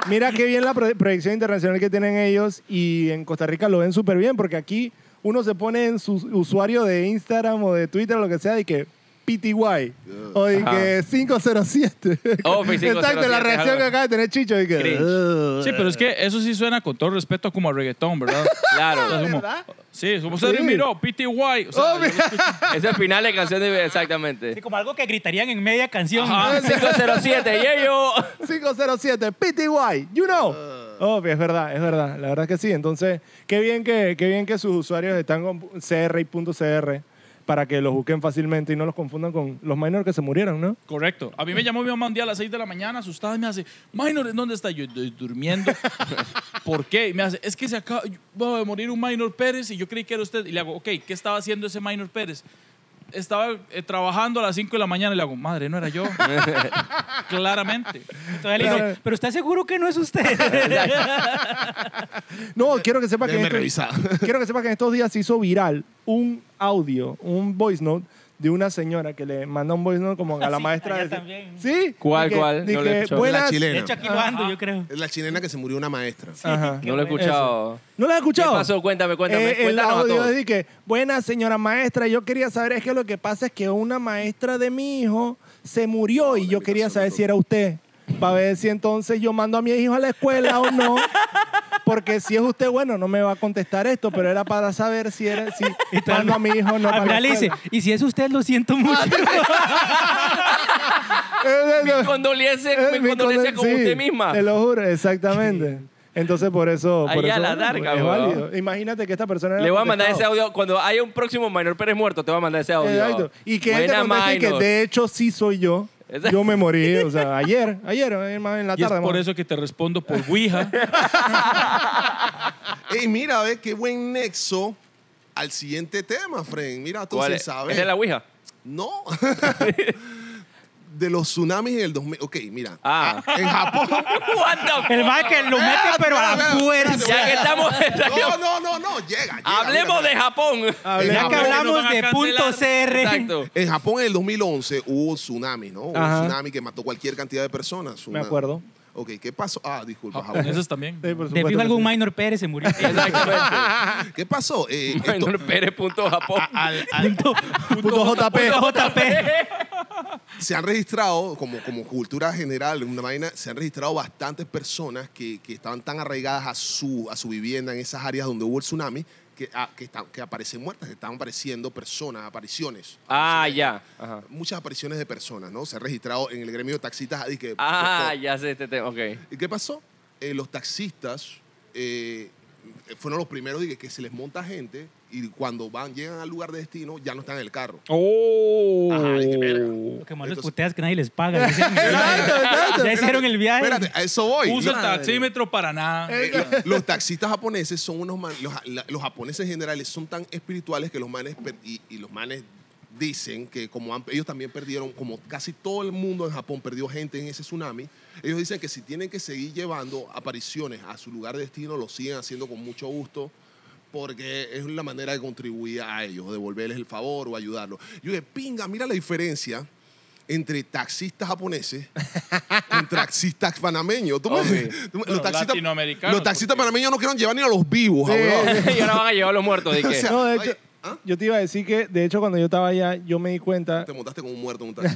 Mira qué bien la pro- proyección internacional que tienen ellos y en Costa Rica lo ven súper bien porque aquí uno se pone en su usuario de Instagram o de Twitter o lo que sea y que PTY o de Ajá. que 507. Oh, pues, Exacto, 507, la reacción que algo. acaba de tener Chicho y que... Cringe. "Ugh". Sí, pero es que eso sí suena con todo respeto como a reggaetón, ¿verdad? Claro. como- ¿Verdad? Sí, somos Sí. Sergio Miró, PTY. O sea, Oh, mira. Ese es el final de canción de... Exactamente. como algo que gritarían en media canción. [LAUGHS] Ajá. 507, y yo. 507, PTY, you know. Ah. Oh, es verdad, es verdad. La verdad que sí. Entonces, qué bien que, qué bien que sus usuarios están con CR y punto .cr para que los busquen fácilmente y no los confundan con los minors que se murieron, ¿no? Correcto. A mí me llamó mi mamá un día a las 6 de la mañana, asustada, y me hace, Minor, ¿en dónde está? Yo estoy [LAUGHS] durmiendo. ¿Por qué? Y me hace, es que se acaba yo- va a morir un Minor Pérez y yo creí que era usted. Y le hago, ok, ¿qué estaba haciendo ese Minor Pérez? estaba eh, trabajando a las 5 de la mañana y le hago, madre, no era [LAUGHS] yo. Claramente. Entonces le dice, pero ¿está seguro que no es usted? No, quiero que sepa que, en Déjeme estos- revisar. quiero que sepa que en estos días se hizo viral un audio, un voice note de una señora que le manda un voice note como a la Ah, Sí, maestra. allá de- también. ¿Sí? ¿Cuál, Dije- cuál? No lo he dije, escuchado. buenas- La chilena. De hecho, aquí lo ando, yo creo. Es la chilena que se murió una maestra. Ajá. No lo he escuchado. ¿No la has escuchado? ¿Qué pasó? Cuéntame, cuéntame. Eh, el Cuéntanos a audio todos. es de que, buena señora maestra, yo quería saber, es que lo que pasa es que una maestra de mi hijo se murió y yo quería saber si era usted, para ver si entonces yo mando a mi hijo a la escuela o no, porque si es usted, bueno, no me va a contestar esto, pero era para saber si, era, si mando a mi hijo o no. Al para final la le dice, escuela". y si es usted, lo siento mucho. Eh, eh, eh, Condoliese, eh, mi mi condolencia conden- con sí, usted misma. Te lo juro, exactamente. Entonces, por eso. Por Allá eso, la bueno, larga, es weón. válido. Imagínate que esta persona. era Le voy a mandar ese contestado. audio. Cuando haya un próximo Minor Pérez muerto, te voy a mandar ese audio. Exacto. Y que él te Buena conteste y que Minor. de hecho sí soy yo. Esa- Yo me morí, o sea, ayer, ayer, ayer más en la Y es tarde. por más. eso que te respondo por Ouija. Ey, mira, ve qué buen nexo al siguiente tema, Fren. Mira, tú ¿Cuál se es? ¿Es de sabe. [LAUGHS] la Ouija? No. [LAUGHS] de los tsunamis del 2000. Ok, mira. Ah. En Japón. What the El va que lo mete, pero a la espérate, fuerza. Ya que estamos. No, no, no, no, llega. llega, Hablemos mira. de Japón. Ya Hablé- que Hablemos. Nos hablamos van a de punto cancelar. CR. Exacto. En Japón en el 2011 hubo tsunami, ¿no? Hubo Ajá. Un tsunami que mató cualquier cantidad de personas. Tsunami. acuerdo. Ok, ¿qué pasó? Ah, disculpa, Japón. Japoneses también. Sí, De por supuesto fijo que algún sí. minor Pérez se murió. Exactamente. ¿Qué pasó? Eh, [LAUGHS] esto- Minor Pérez punto Japón. Punto, Puto JP. Punto JP. se han registrado, como, como cultura general, una vaina, se han registrado bastantes personas que, que estaban tan arraigadas a su, a su vivienda en esas áreas donde hubo el tsunami que, ah, que, están- que aparecen muertas, que están apareciendo personas, apariciones. Ah, ya. Ajá. Muchas apariciones de personas, ¿no? Se ha registrado en el gremio de taxistas. y que- Ah, ya sé este tema. Ok. [LAUGHS] ¿Y qué pasó? Eh, los taxistas eh, fueron los primeros dije, que se les monta gente y cuando van, llegan al lugar de destino ya no están en el carro. [LAUGHS] Oh. Ajá, de que verga. Que más los Entonces- puteas que nadie les paga. Ya hicieron el Exacto, exacto. viaje. Ya hicieron el viaje. Espérate, a eso voy. Uso el Yo- taxímetro para nada. Eh, lo- los taxistas japoneses son unos man- los, la- los japoneses en generales son tan espirituales que los manes per- y, y los manes dicen que como han- ellos también perdieron como casi todo el mundo en Japón perdió gente en ese tsunami ellos dicen que si tienen que seguir llevando apariciones a su lugar de destino lo siguen haciendo con mucho gusto porque es la manera de contribuir a ellos devolverles el favor o ayudarlos yo dije pinga mira la diferencia entre taxistas japoneses [LAUGHS] con taxistas panameños. ¿Tú me- Ok. tú me- los taxistas, latinoamericanos, los taxistas porque- panameños no quieren llevar ni a los vivos, Sí. abuelo. Y ahora van a llevar a los muertos. ¿de qué? O sea, [LAUGHS] No, de oye, hecho, ¿ah? yo te iba a decir que, de hecho, cuando yo estaba allá, yo me di cuenta. Te montaste con un muerto en un [LAUGHS] taxi.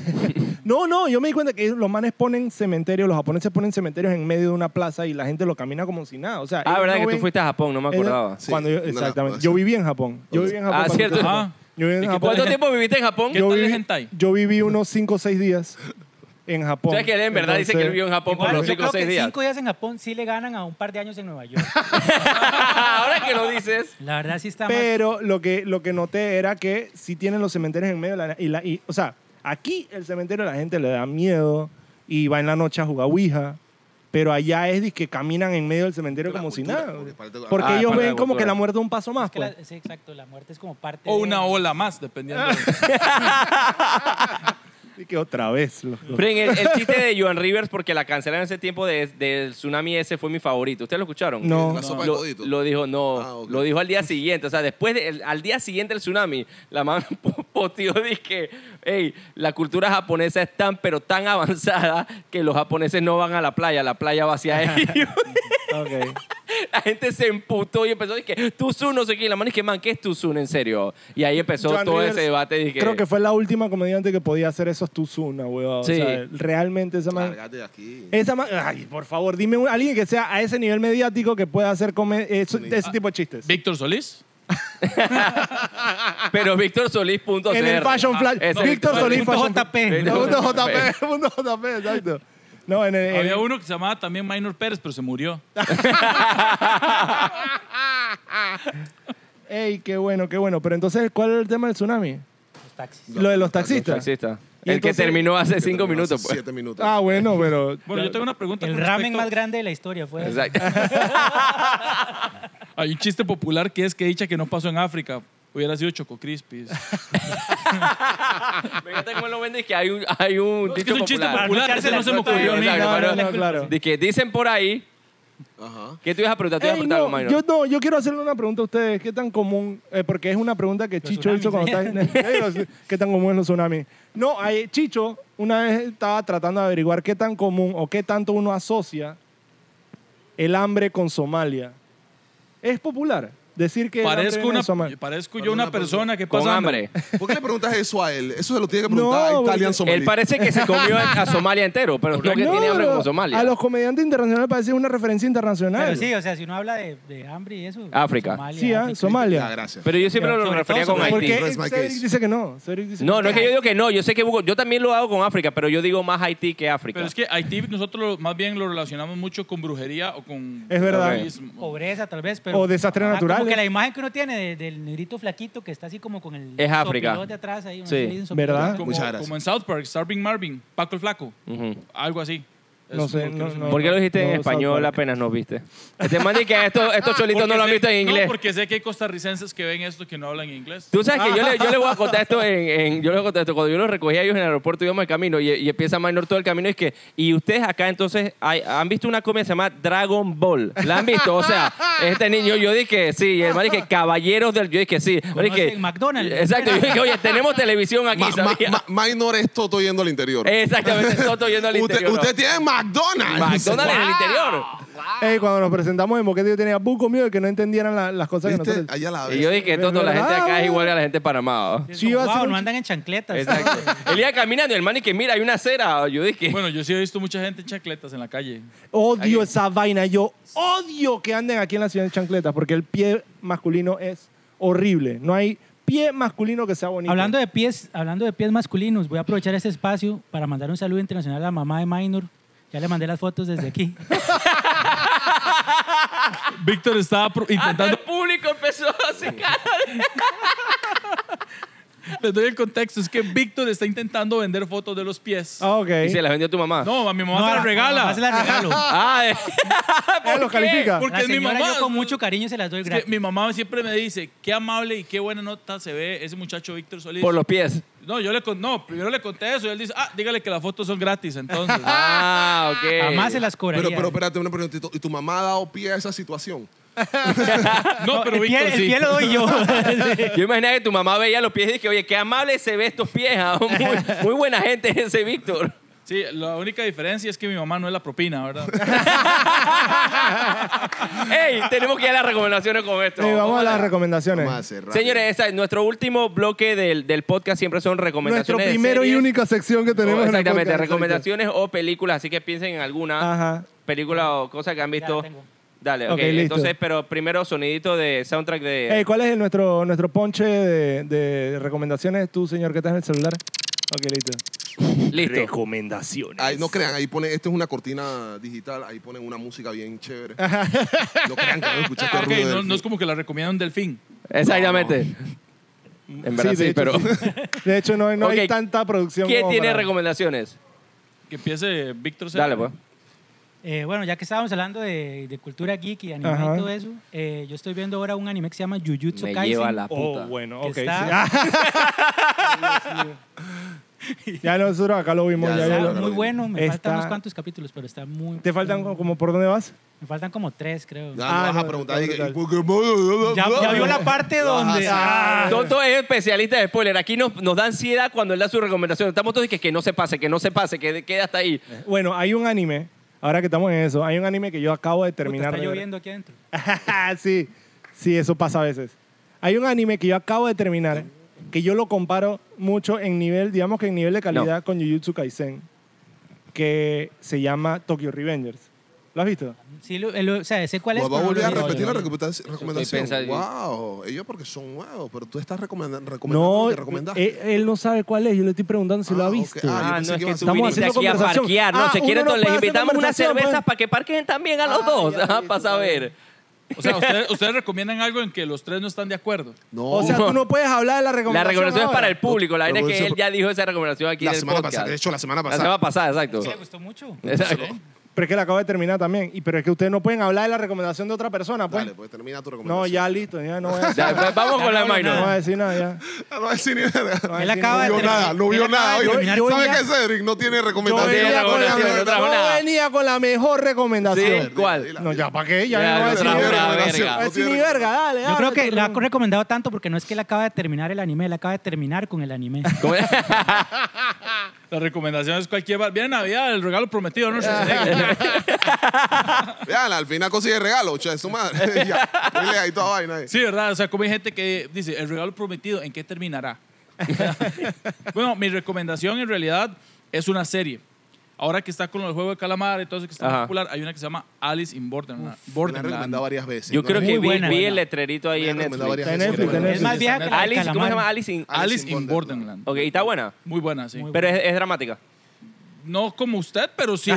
No, no, yo me di cuenta que los manes ponen cementerios, los japoneses ponen cementerios en medio de una plaza y la gente lo camina como si nada. O sea, ah, ellos verdad no que tú ven- fuiste a Japón, no me ellos- acordaba. Sí, Cuando yo, no, no, exactamente. no, Yo sí. viví en Japón. Yo viví en Japón. Ah, cuando cierto. fui a Ah. Japón. Yo viví en ¿Y qué Japón. ¿Cuánto Japonés- tiempo viviste en Japón? ¿Qué yo tal de viví, hentai? yo viví unos 5 o 6 días en Japón. O sea que él en verdad dice que él Entonces, vivió en Japón por Igual, los yo 5 creo o 6 que días. cinco días en Japón sí le ganan a un par de años en Nueva York. [LAUGHS] Ahora que lo dices. La verdad sí está más... Pero lo que, lo que noté era que sí tienen los cementerios en medio. de la- y la, y, o sea, aquí el cementerio a la gente le da miedo y va en la noche a jugar ouija. Pero allá es que caminan en medio del cementerio La como cultura, si nada. porque parte de- Porque Ah, ellos parte ven de la como que cultura. la muerte es un paso más. que la- pues. sí, exacto, la muerte es como parte O de- una ola más, dependiendo. Así que pues. otra vez. [LAUGHS] los- los- Fren, el, el chiste de Joan Rivers, porque la cancelaron ese tiempo de- del tsunami ese, fue mi favorito. ¿Ustedes lo escucharon? No. La sopa de Lo, codito. lo dijo, no, Ah, ok. lo dijo al día siguiente. O sea, después, de- el- al día siguiente del tsunami, la mamá [LAUGHS] posteó, dije, hey, la cultura japonesa es tan, pero tan avanzada que los japoneses no van a la playa, la playa va [LAUGHS] hacia ellos. [LAUGHS] Ok. la gente se emputó y empezó, dije, Tuzun, no sé qué. Y la mamá dije, man, ¿qué es Tuzun, en serio? Y ahí empezó Joan todo Rivers, ese debate. Dije, Creo que fue la última comediante que podía hacer esos Tuzuna, weón. Sí. O sea, realmente esa man... Lárgate de aquí. Esa man... Ay, por favor, dime un- alguien que sea a ese nivel mediático que pueda hacer come- eso- Ni- ese tipo de chistes. Víctor Solís. "Ah, pero Víctor Solís punto En el CR. Fashion Ah, Flash. ese- Víctor punto Solís Fashion JP. Flash. Punto JP. [LAUGHS] Punto JP, exacto. No, en el... en- Había uno que se llamaba también Minor Pérez, pero se murió. Ey, qué bueno, qué bueno. Pero entonces, ¿cuál era el tema del tsunami? Los taxis. Lo de los Taxista. taxistas. Y El entonces- que terminó hace Que cinco terminó minutos. hace pues. Siete minutos. Ah, bueno, pero... Bueno, yo tengo una pregunta. El con ramen respecto- más grande de la historia fue... Exacto. [LAUGHS] Hay un chiste popular que es que dicha que no pasó en África. Hubiera sido Choco Crispis. Me encanta cómo lo venden y que hay un, hay un Es que dicho es un chiste popular. popular, Para ese no se meterse me la ocurrió a mí. Exacto, No, pero- no, no, claro. de que dicen por ahí Ajá. que tú ibas a preguntar, tú ibas a Ey, preguntar no, algo, Minor. yo, no, yo quiero hacerle una pregunta a ustedes. ¿Qué tan común? eh, porque es una pregunta que Chicho tsunamis, hizo cuando ¿eh? estaba en- ¿Qué tan común es los tsunamis? No, hay- Chicho una vez estaba tratando de averiguar qué tan común o qué tanto uno asocia el hambre con Somalia. Es popular decir que el hambre Parezco, viene de una, Somalia. parezco Para yo una una persona que Con pasa hambre. ¿Por qué le preguntas eso a él? Eso se lo tiene que No, preguntar a porque- Italian Él Somali. parece que se comió a Somalia entero, pero no que No, tiene hambre pero con Somalia. A los comediantes internacionales parece una referencia internacional. Pero sí, o sea, si uno habla de, de hambre y eso. África. Somalia, Sí, ah, África. Somalia. Ya, gracias. Pero yo siempre Sobre lo todo refería con Somalia. Haití. Porque No es my Cedric case. dice que no. Cedric dice No, no es que yo digo que no, yo sé que Hugo- yo también lo hago con África, pero yo digo más Haití que África. Pero es que Haití nosotros lo- más bien lo relacionamos mucho con brujería o con... Es verdad. terrorismo. Pobreza, tal vez, pero. O desastres Ajá, naturales. Como que la imagen que uno tiene de- del negrito flaquito que está así como con el. Es África. sopilote atrás ahí. Sí. le dicen sopilote. ¿Verdad? Como, Muchas gracias. como en South Park, Starving Marvin, Paco el Flaco, Ujú. algo así. No sé, porque no, se no. me- ¿Por qué lo dijiste No, en no, español South Park. apenas nos viste? Este man dice que esto- estos cholitos no Ah, Porque lo han sé- visto en inglés. No, porque sé que hay costarricenses que ven esto que no hablan inglés. Tú sabes que yo le, yo le voy a contar [LAUGHS] esto en, en- yo les voy a contar esto. Cuando yo los recogí a ellos en el aeropuerto íbamos el camino y, y empieza Minor todo el camino es que y ustedes acá entonces hay- han visto una comedia que se llama Dragon Ball. ¿La han visto? O sea, este niño yo dije sí, y el man dije caballeros del yo dije sí. Yo dije, Conocen McDonald's. Exacto, yo dije, oye, tenemos televisión aquí, Ma- ma- ¿sabías? ma- Minor es Toto yendo al interior. [LAUGHS] Exactamente, Toto yendo al usted, interior. ¿no? usted tiene McDonald's. McDonald's en el interior. Ey, cuando nos presentamos en Boquete yo tenía buco miedo de que no entendieran la- las cosas que ¿Viste? nosotros... Allá la Ah. Y yo ves. dije, Toto, la gente acá es igual a la gente de Panamá. ¿no? Es Sí, como, va a ser wow, un no chi- andan en chancletas. Exacto. Él iba caminando y el man y que mira, hay una acera. Yo dije, Bueno, yo sí he visto mucha gente en chacletas en la calle. Odio esa vaina. Yo odio que anden aquí en la ciudad de chancletas porque el pie masculino es horrible. No hay pie masculino que sea [LAUGHS] bonito. Hablando de pies, hablando de pies masculinos, voy a aprovechar este espacio para mandar un saludo internacional a la mamá de Minor. Ya le mandé las fotos desde [LAUGHS] aquí. Víctor estaba pro- [LAUGHS] hasta Ah, [LAUGHS] el intentando... [LAUGHS] público empezó así. Les doy el contexto, es que Víctor está intentando vender fotos de los pies. Ah, ok. Y se las vendió a tu mamá. No, a mi mamá No, se a la la- regala. a la mamá se [LAUGHS] las regalo. Ah, eh. Ah, los califica. Porque la es mi señora mamá. yo con mucho cariño se las doy Es que gratis. mi mamá siempre me dice, qué amable y qué buena nota se ve ese muchacho Víctor Solís. por los pies. No, yo le con... no, primero le conté eso y él dice, ah, dígale que las fotos son [LAUGHS] gratis, entonces. Ah, ok. Jamás [LAUGHS] se las cobraría. Pero, pero espérate una pregunta. ¿Y tu- ¿Y tu mamá ha dado pie a esa situación? no, pero el, pie, Víctor el sí. pie lo doy yo. Yo imaginaba que tu mamá veía los pies y dije, oye, qué amable se ve estos pies. ah, [LAUGHS] Muy, muy buena gente ese Víctor. [LAUGHS] Sí, la única diferencia es que mi mamá no es la propina, ¿verdad? Ey, tenemos que ir a las recomendaciones con esto. Ey, vamos a las Vamos a recomendaciones. hacer rápido. Señores, esa- nuestro último bloque del, del podcast siempre son Nuestro recomendaciones. de primero y series. única sección que tenemos. en el exactamente, podcast. recomendaciones o películas, así que piensen en alguna Ajá. película o cosa que han Ya visto. la tengo. Dale, ok. Ok, listo. Entonces, pero primero sonidito de soundtrack de... Ey, ¿Cuál es el- nuestro, nuestro ponche de, de recomendaciones? Tú, señor, que estás en el celular. Ok, listo. listo. Ahí, no crean, ahí pone, esto es una cortina digital, ahí ponen una música bien chévere. no crean que van a escuchar este Ah, ok, ruido no, del- no es como que la recomienda un delfín. Exactamente. En verdad sí, de hecho, pero... [LAUGHS] sí. De hecho, no, no Ok, hay tanta producción. ¿Quién como tiene para- recomendaciones? Que empiece Víctor Serra. Dale, pues. Eh, bueno, ya que estábamos hablando de, de cultura geek y anime Ajá. y todo eso, eh, yo estoy viendo ahora un anime que se llama Jujutsu Me Kaisen. lleva la puta. Oh, bueno, que ok. [LAUGHS] está- sí. ya nosotros acá lo vimos. Ya, ya, ya, ya Está lo- ya. muy bueno, me Está- faltan unos cuantos capítulos, pero está muy... ¿Te faltan muy- como, como por dónde vas? Me faltan como tres, creo. Ya, Ya no Ah, vas no, a preguntar. no, y que, no, ¿y por qué me- ya vio la parte donde... Ajá, Ah, Toto es especialista de spoiler. Aquí nos, nos da ansiedad cuando él da su recomendación. Estamos todos y que, que no se pase, que no se pase, que quede hasta ahí. Bueno, hay un anime. Ahora que estamos en eso, hay un anime que yo acabo de puta, terminar. está de ver. lloviendo aquí adentro. [LAUGHS] sí, sí, eso pasa a veces. Hay un anime que yo acabo de terminar, que yo lo comparo mucho en nivel, digamos que en nivel de calidad con Jujutsu Kaisen, que se llama Tokyo Revengers. ¿Lo has visto? Sí, lo- el- o sea, sé cuál es. Pues Va a pero no volver lo a he visto. repetir la no. recomendación. pensando. recomendación. Wow, ellos porque son wow, pero tú estás recomendando, recomendando No, lo que recomendaste. él, él no sabe cuál es. Yo le estoy preguntando si lo Ah, ha ok. visto. Ah, yo pensé Ah, no es que que, iba a tú ser un viniste inicio. aquí a Conversación. parquear. No Ah, se uno quiere, no entonces les puede hacer invitamos unas conversación, cervezas pues. para que parquen también a los Ah, dos. ya Ajá, listo, para está saber. O sea, ustedes, ustedes recomiendan algo en que los tres no están de acuerdo. No, O sea, tú [LAUGHS] no puedes hablar de la La recomendación. recomendación es ahora. para el público. La Lo- vaina es lo que hizo- él ya dijo esa recomendación aquí la en el semana podcast. pasada. De hecho, la semana La pasada. [LAUGHS] semana pasada, exacto. Sí, me gustó mucho. Exacto. Pero es que la acabo de terminar también. Y, pero es que ustedes no pueden hablar de la recomendación de otra persona, pues. Dale, pues termina tu no, recomendación. ya listo, ya no voy a decir, Ya, pues, va- vamos con la no hablo no voy a minor. nada. decir nada. Ya. Ah, No va a decir ni verga. Él Así, acaba No de vio terminar- nada, no vio él acaba nada. de Oye, terminar yo ¿Sabe ya- qué, Cedric? No tiene Yo recomendación. venía venía, trajo con la, nada, mejor- no trajo yo nada. venía con la mejor recomendación. Sí, ¿cuál? No, ya, ¿para qué? Ya, no Ya, voy a no decir trajo ni verga. nada, No verga. voy a decir ni verga, dale. Yo creo dale, que tú- lo ha recomendado tanto porque no es que él acaba de terminar el anime, él acaba de terminar con el [LAUGHS] anime. ¿Cómo- La recomendación es cualquier bar. Viene Navidad, el regalo prometido, no se Ah. Vean, al final consigue regalo, che, su madre. ya, dile ahí toda vaina. ahí. Sí, ¿verdad? O sea, como hay gente que dice, el regalo prometido, ¿en qué terminará? [LAUGHS] bueno, mi recomendación en realidad es una serie. Ahora que está con el juego de calamar y todo eso que está Ajá. popular, hay una que se llama Alice in Borderland. Me la han recomendado Borderland. varias veces. Yo No, creo es que muy vi, buena, vi buena. el letrerito ahí Me en han recomendado varias Netflix. Está en veces. Netflix, que está en me es Netflix. más vieja que la de Alice, ¿cómo se llama? Calamar. Alice in... Alice in Borderland. Ok, y está buena. Muy buena, sí. Muy Pero es, es dramática. No como usted, pero sí.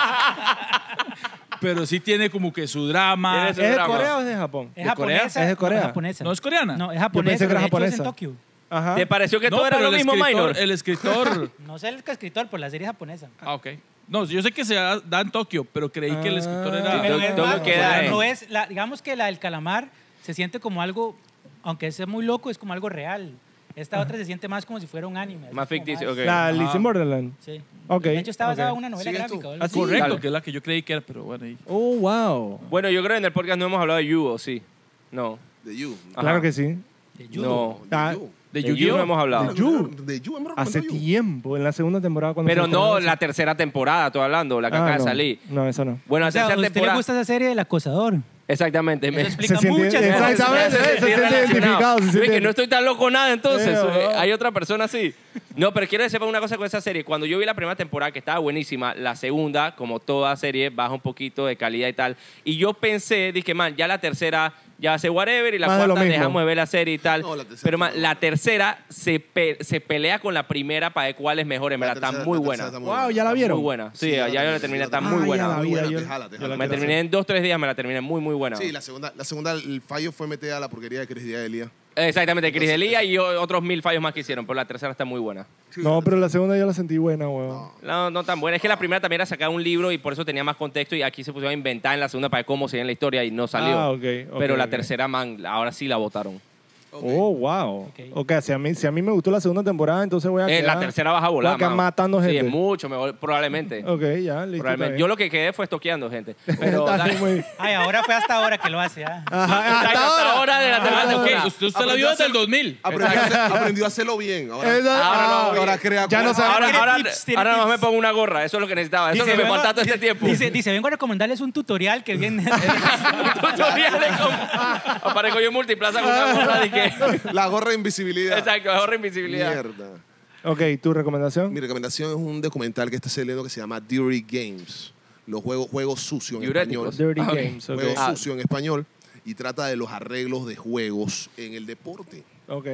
[LAUGHS] pero sí tiene como que su drama. Tiene ¿Es su- de drama. Corea o es de Japón? ¿Es ¿De Corea? japonesa? ¿Es de Corea? No, japonesa. ¿No es coreana? No, es Yo pensé japonesa. de que era hecho, es en japonesa. Tokio. Ajá. ¿Te pareció que No, todo era pero lo el mismo, escritor- Minor? El escritor... No sé el escritor, por la serie es japonesa. Ah, ok. No, yo sé que se da da en Tokio, pero creí que el escritor Ah. era... Pero- es todo más, queda eh? pero en- no es la- digamos que la del calamar se siente como algo, aunque sea muy loco, es como algo real. Esta otra se siente más como si fuera un anime. es Más como ficticio, ok. La Alice in Borderland. Sí. Ok, De hecho, está basada ok. en una novela ¿Sigues tú? gráfica. o algo Ah, así. sí. Correcto, Dale. que es la que yo creí que era, pero bueno. ahí. Oh, wow. Bueno, yo creo que en el podcast no hemos hablado de Yugo, sí. No. De You. Ajá. Claro que sí. De Yu. No. Ah, De You. De De Yu-Gi-Oh! Yu no hemos hablado. You. De You, hemos Hace recomendado You. tiempo, en la segunda temporada. cuando Pero se no estrenó. la tercera temporada, estoy hablando, la que Ah, acaba no. de salir. No, esa no. Bueno, O la sea, a tercera usted le temporada. gusta esa serie del acosador. Exactamente. me- Eso explica Se siente- muchas me hace cosas. Exactamente, se siente relacionado. identificado, se Ve siente- que no estoy tan loco nada entonces. Sí, eh, no. Hay otra persona así. No, pero quiero decir una cosa con esa serie. Cuando yo vi la primera temporada, que estaba buenísima, la segunda, como toda serie, baja un poquito de calidad y tal. Y yo pensé, dije, man, ya la tercera ya hace whatever y la Más de lo cuarta mismo. dejamos de ver la serie y tal. No, la tercera pero man, está muy la tercera se, pe- se pelea con la primera para ver cuál es mejor. En La verdad, está tercera- muy la buena. tercera está Wow, buena. ya la vieron. Muy buena. Sí, ya ya yo la la terminé, terminé, está yo la muy terminé. buena. Ah, ya la vi, Muy ya buena, yo- tejala, tejala, yo la Me tejala. terminé en dos, tres días, me la terminé muy, muy buena. Sí, la segunda, la segunda, el fallo fue meter a la porquería de Chris Díaz de Elías. Exactamente, Cris Delia eh, y o- otros mil fallos más que hicieron, pero la tercera está muy buena. No, pero la segunda yo la sentí buena, weón. No, no tan buena. Es que la primera también era sacar un libro y por eso tenía más contexto y aquí se pusieron a inventar en la segunda para ver cómo sería la historia y no salió. Ah, ok, ok, pero la ok. tercera, man, ahora sí la votaron. Oh, wow. Ok. Ok, si a, mí, si a mí me gustó la segunda temporada, entonces voy a Eh, quedar... la tercera baja a volar, voy a quedar man. matando gente. Sí, es mucho mejor, probablemente. Ok, ya, listo. [LAUGHS] Probablemente. Yo lo que quedé fue estoqueando, gente. Pero, dale. [LAUGHS] que... Ay, ahora fue hasta ahora que lo hace. ah. Ajá, Exacto, hasta ahora. de la Ah, tercera. ok, usted, usted la Aprendió vio a desde el hacer- 2000. Aprendió a, hacer- aprendió a hacerlo bien. Ahora, Esa- Ahora ahora crea Ya no cosas. sabe- Ahora, Tiene ahora, tips, tiene ahora nomás me tips. pongo una gorra. Eso es lo que necesitaba. Eso es lo que me vengo- faltaba todo este tiempo. Dice, dice, vengo a recomendarles un tutorial que [LAUGHS] viene. Tutoriales con- Aparezco yo en multiplaza con una gorra de [LAUGHS] que... La gorra de invisibilidad. Exacto, ahorra invisibilidad. Mierda. Ok, ¿tu recomendación? Mi recomendación es un documental que está saliendo que se llama Dirty Games. Los juegos, juegos sucios en Diuréticos. español. Dirty Ah, ok. Games, ok. Juegos Ah. sucios en español. Y trata de los arreglos de juegos en el deporte. Ok.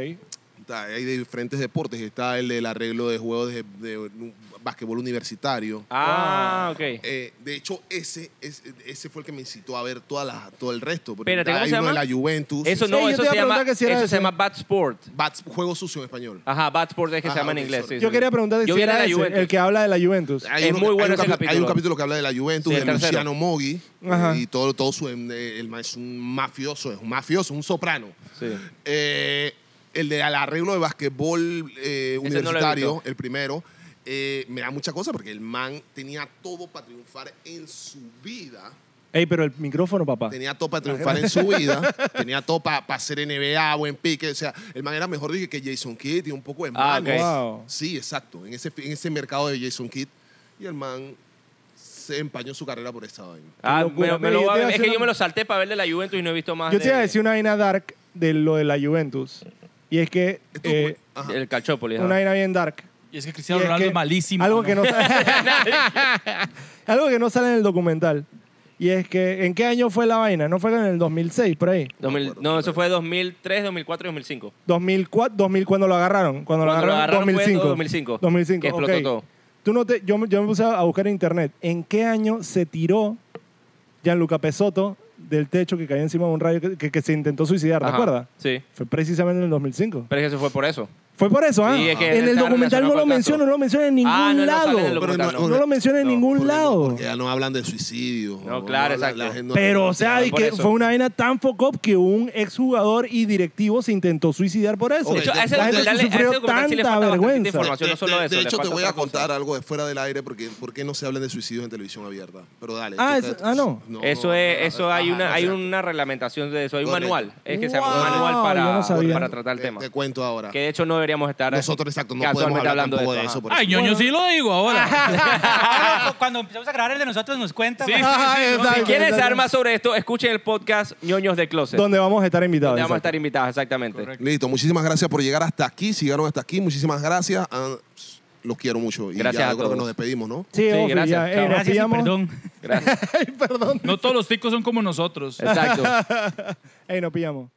Está- Hay de diferentes deportes. Está el del arreglo de juegos de, de un basquetbol universitario. Ah, ok. Eh, de hecho, ese, es- ese fue el que me incitó a ver todas las, todo el resto. Porque Espérate, ¿cómo hay se uno de llama? la Juventus. Eso Sí, no, yo te eso iba a se llama, preguntar que si era eso se ese. llama Bad Sport. Bats- juego sucio en español. Ajá, Bad Sport es que se Ajá, llama en Ah, ok, inglés. sorry. sí, Yo sí, quería sí. preguntarte Yo si vi la era de la ese, Juventus. Ah. el que habla de la Juventus. Hay Es uno- muy bueno hay un ese capi- Hay capítulo. un capítulo que habla de la Juventus, Sí, el de tercero. Luciano Moggi Ajá. y todo, todo su. eh, El, ma- es un mafioso, es un mafioso, un soprano. Sí. Eh, el de al arreglo de basquetbol eh, Ese no lo he universitario, visto. el primero, eh, me da mucha cosa porque el man tenía todo para triunfar en su vida. Ey, pero el micrófono, papá. Tenía todo para triunfar en su vida. Tenía todo para ser NBA, buen pique. O sea, el man era mejor dije que Jason Kidd y un poco de Ah, manos. ok. Wow. Sí, exacto. En ese, en ese mercado de Jason Kidd. Y el man se empañó su carrera por esa vaina. Ah, Qué locura. me- me lo Mira, yo te iba voy a ver. a Es hacer que yo una- me lo salté para ver de la Juventus y no he visto más Yo te de- iba a decir una vaina dark de lo de la Juventus. Y es que... Esto eh, fue- ajá. El Calchópolis. una vaina bien dark. Y es que Cristiano Y es Ronaldo que es malísimo. Algo ¿no? [LAUGHS] que no [LAUGHS] algo que no sale en el documental. Y es que, ¿en qué año fue la vaina? No fue en el 2006, por ahí. Dos mil- No, eso fue 2003, 2004 y 2005. 2004, 2000, cuando lo agarraron. Cuando, lo Cuando lo agarraron, agarraron fue 2005. 2005, 2005, que explotó ok. todo. Tú no te, yo, me- yo me puse a buscar en internet en qué año se tiró Gianluca Pesotto del techo que cayó encima de un rayo que, que- que se intentó suicidar, ¿te Ajá, acuerdas? Sí. Fue precisamente en el 2005. Pero es que eso fue por eso. Fue por eso, ¿ah? Sí, es que en está el documental relacionado no lo con el caso. menciona, no lo menciona en ningún Ah, no, no lado. sale en el pero documental, no, no. no lo menciona en No, ningún porque no- lado. porque ya no hablan de suicidio. No, claro, hablan- exacto. gente no- Pero, o sea, no, y por que eso. fue una vaina tan focop que un exjugador y directivo se intentó suicidar por eso. De hecho, a ese la documental- gente a ese sufrió documental sí le tanta falta bastantita vergüenza. información. no solo eso, le hecho, te falta voy a otra cosa. contar algo de fuera del aire porque ¿por qué no se hablan de suicidios en televisión abierta? Pero dale. Ah, ¿qué es- tal? ah, no. Eso es, eso hay Ajá, una, hay exacto. una reglamentación de eso, hay un Correcto. manual, es que se llama un Wow, yo manual no para, sabía. para tratar el Te- tema. eh, Te cuento ahora. Que de hecho no deberíamos estar Nosotros, exacto, no podemos casualmente hablar hablando tampoco de eso. ajá. Ah, por Ay, eso. ñoño, sí lo digo ahora. Ahora, Ah, cuando empezamos a grabar el de nosotros, nos cuentan. Sí, ¿no? sí, Ajá, sí, no, exacto. sí. Si quieren saber más sobre esto, escuchen el podcast Ñoños de Closet. Donde vamos a estar invitados. donde vamos a exacto. estar invitados, exactamente. Listo, muchísimas gracias por llegar hasta aquí. Si llegaron hasta aquí, muchísimas gracias. Ah, los quiero mucho. Y Gracias ya a yo creo que todos. nos despedimos, ¿no? Sí, Sí, Ofi, gracias, ya, eh, chao. nos Gracias y pillamos- Ah, perdón. Gracias. [LAUGHS] Ay, perdón. No todos los ticos son como nosotros. Exacto. Ey, nos pillamos.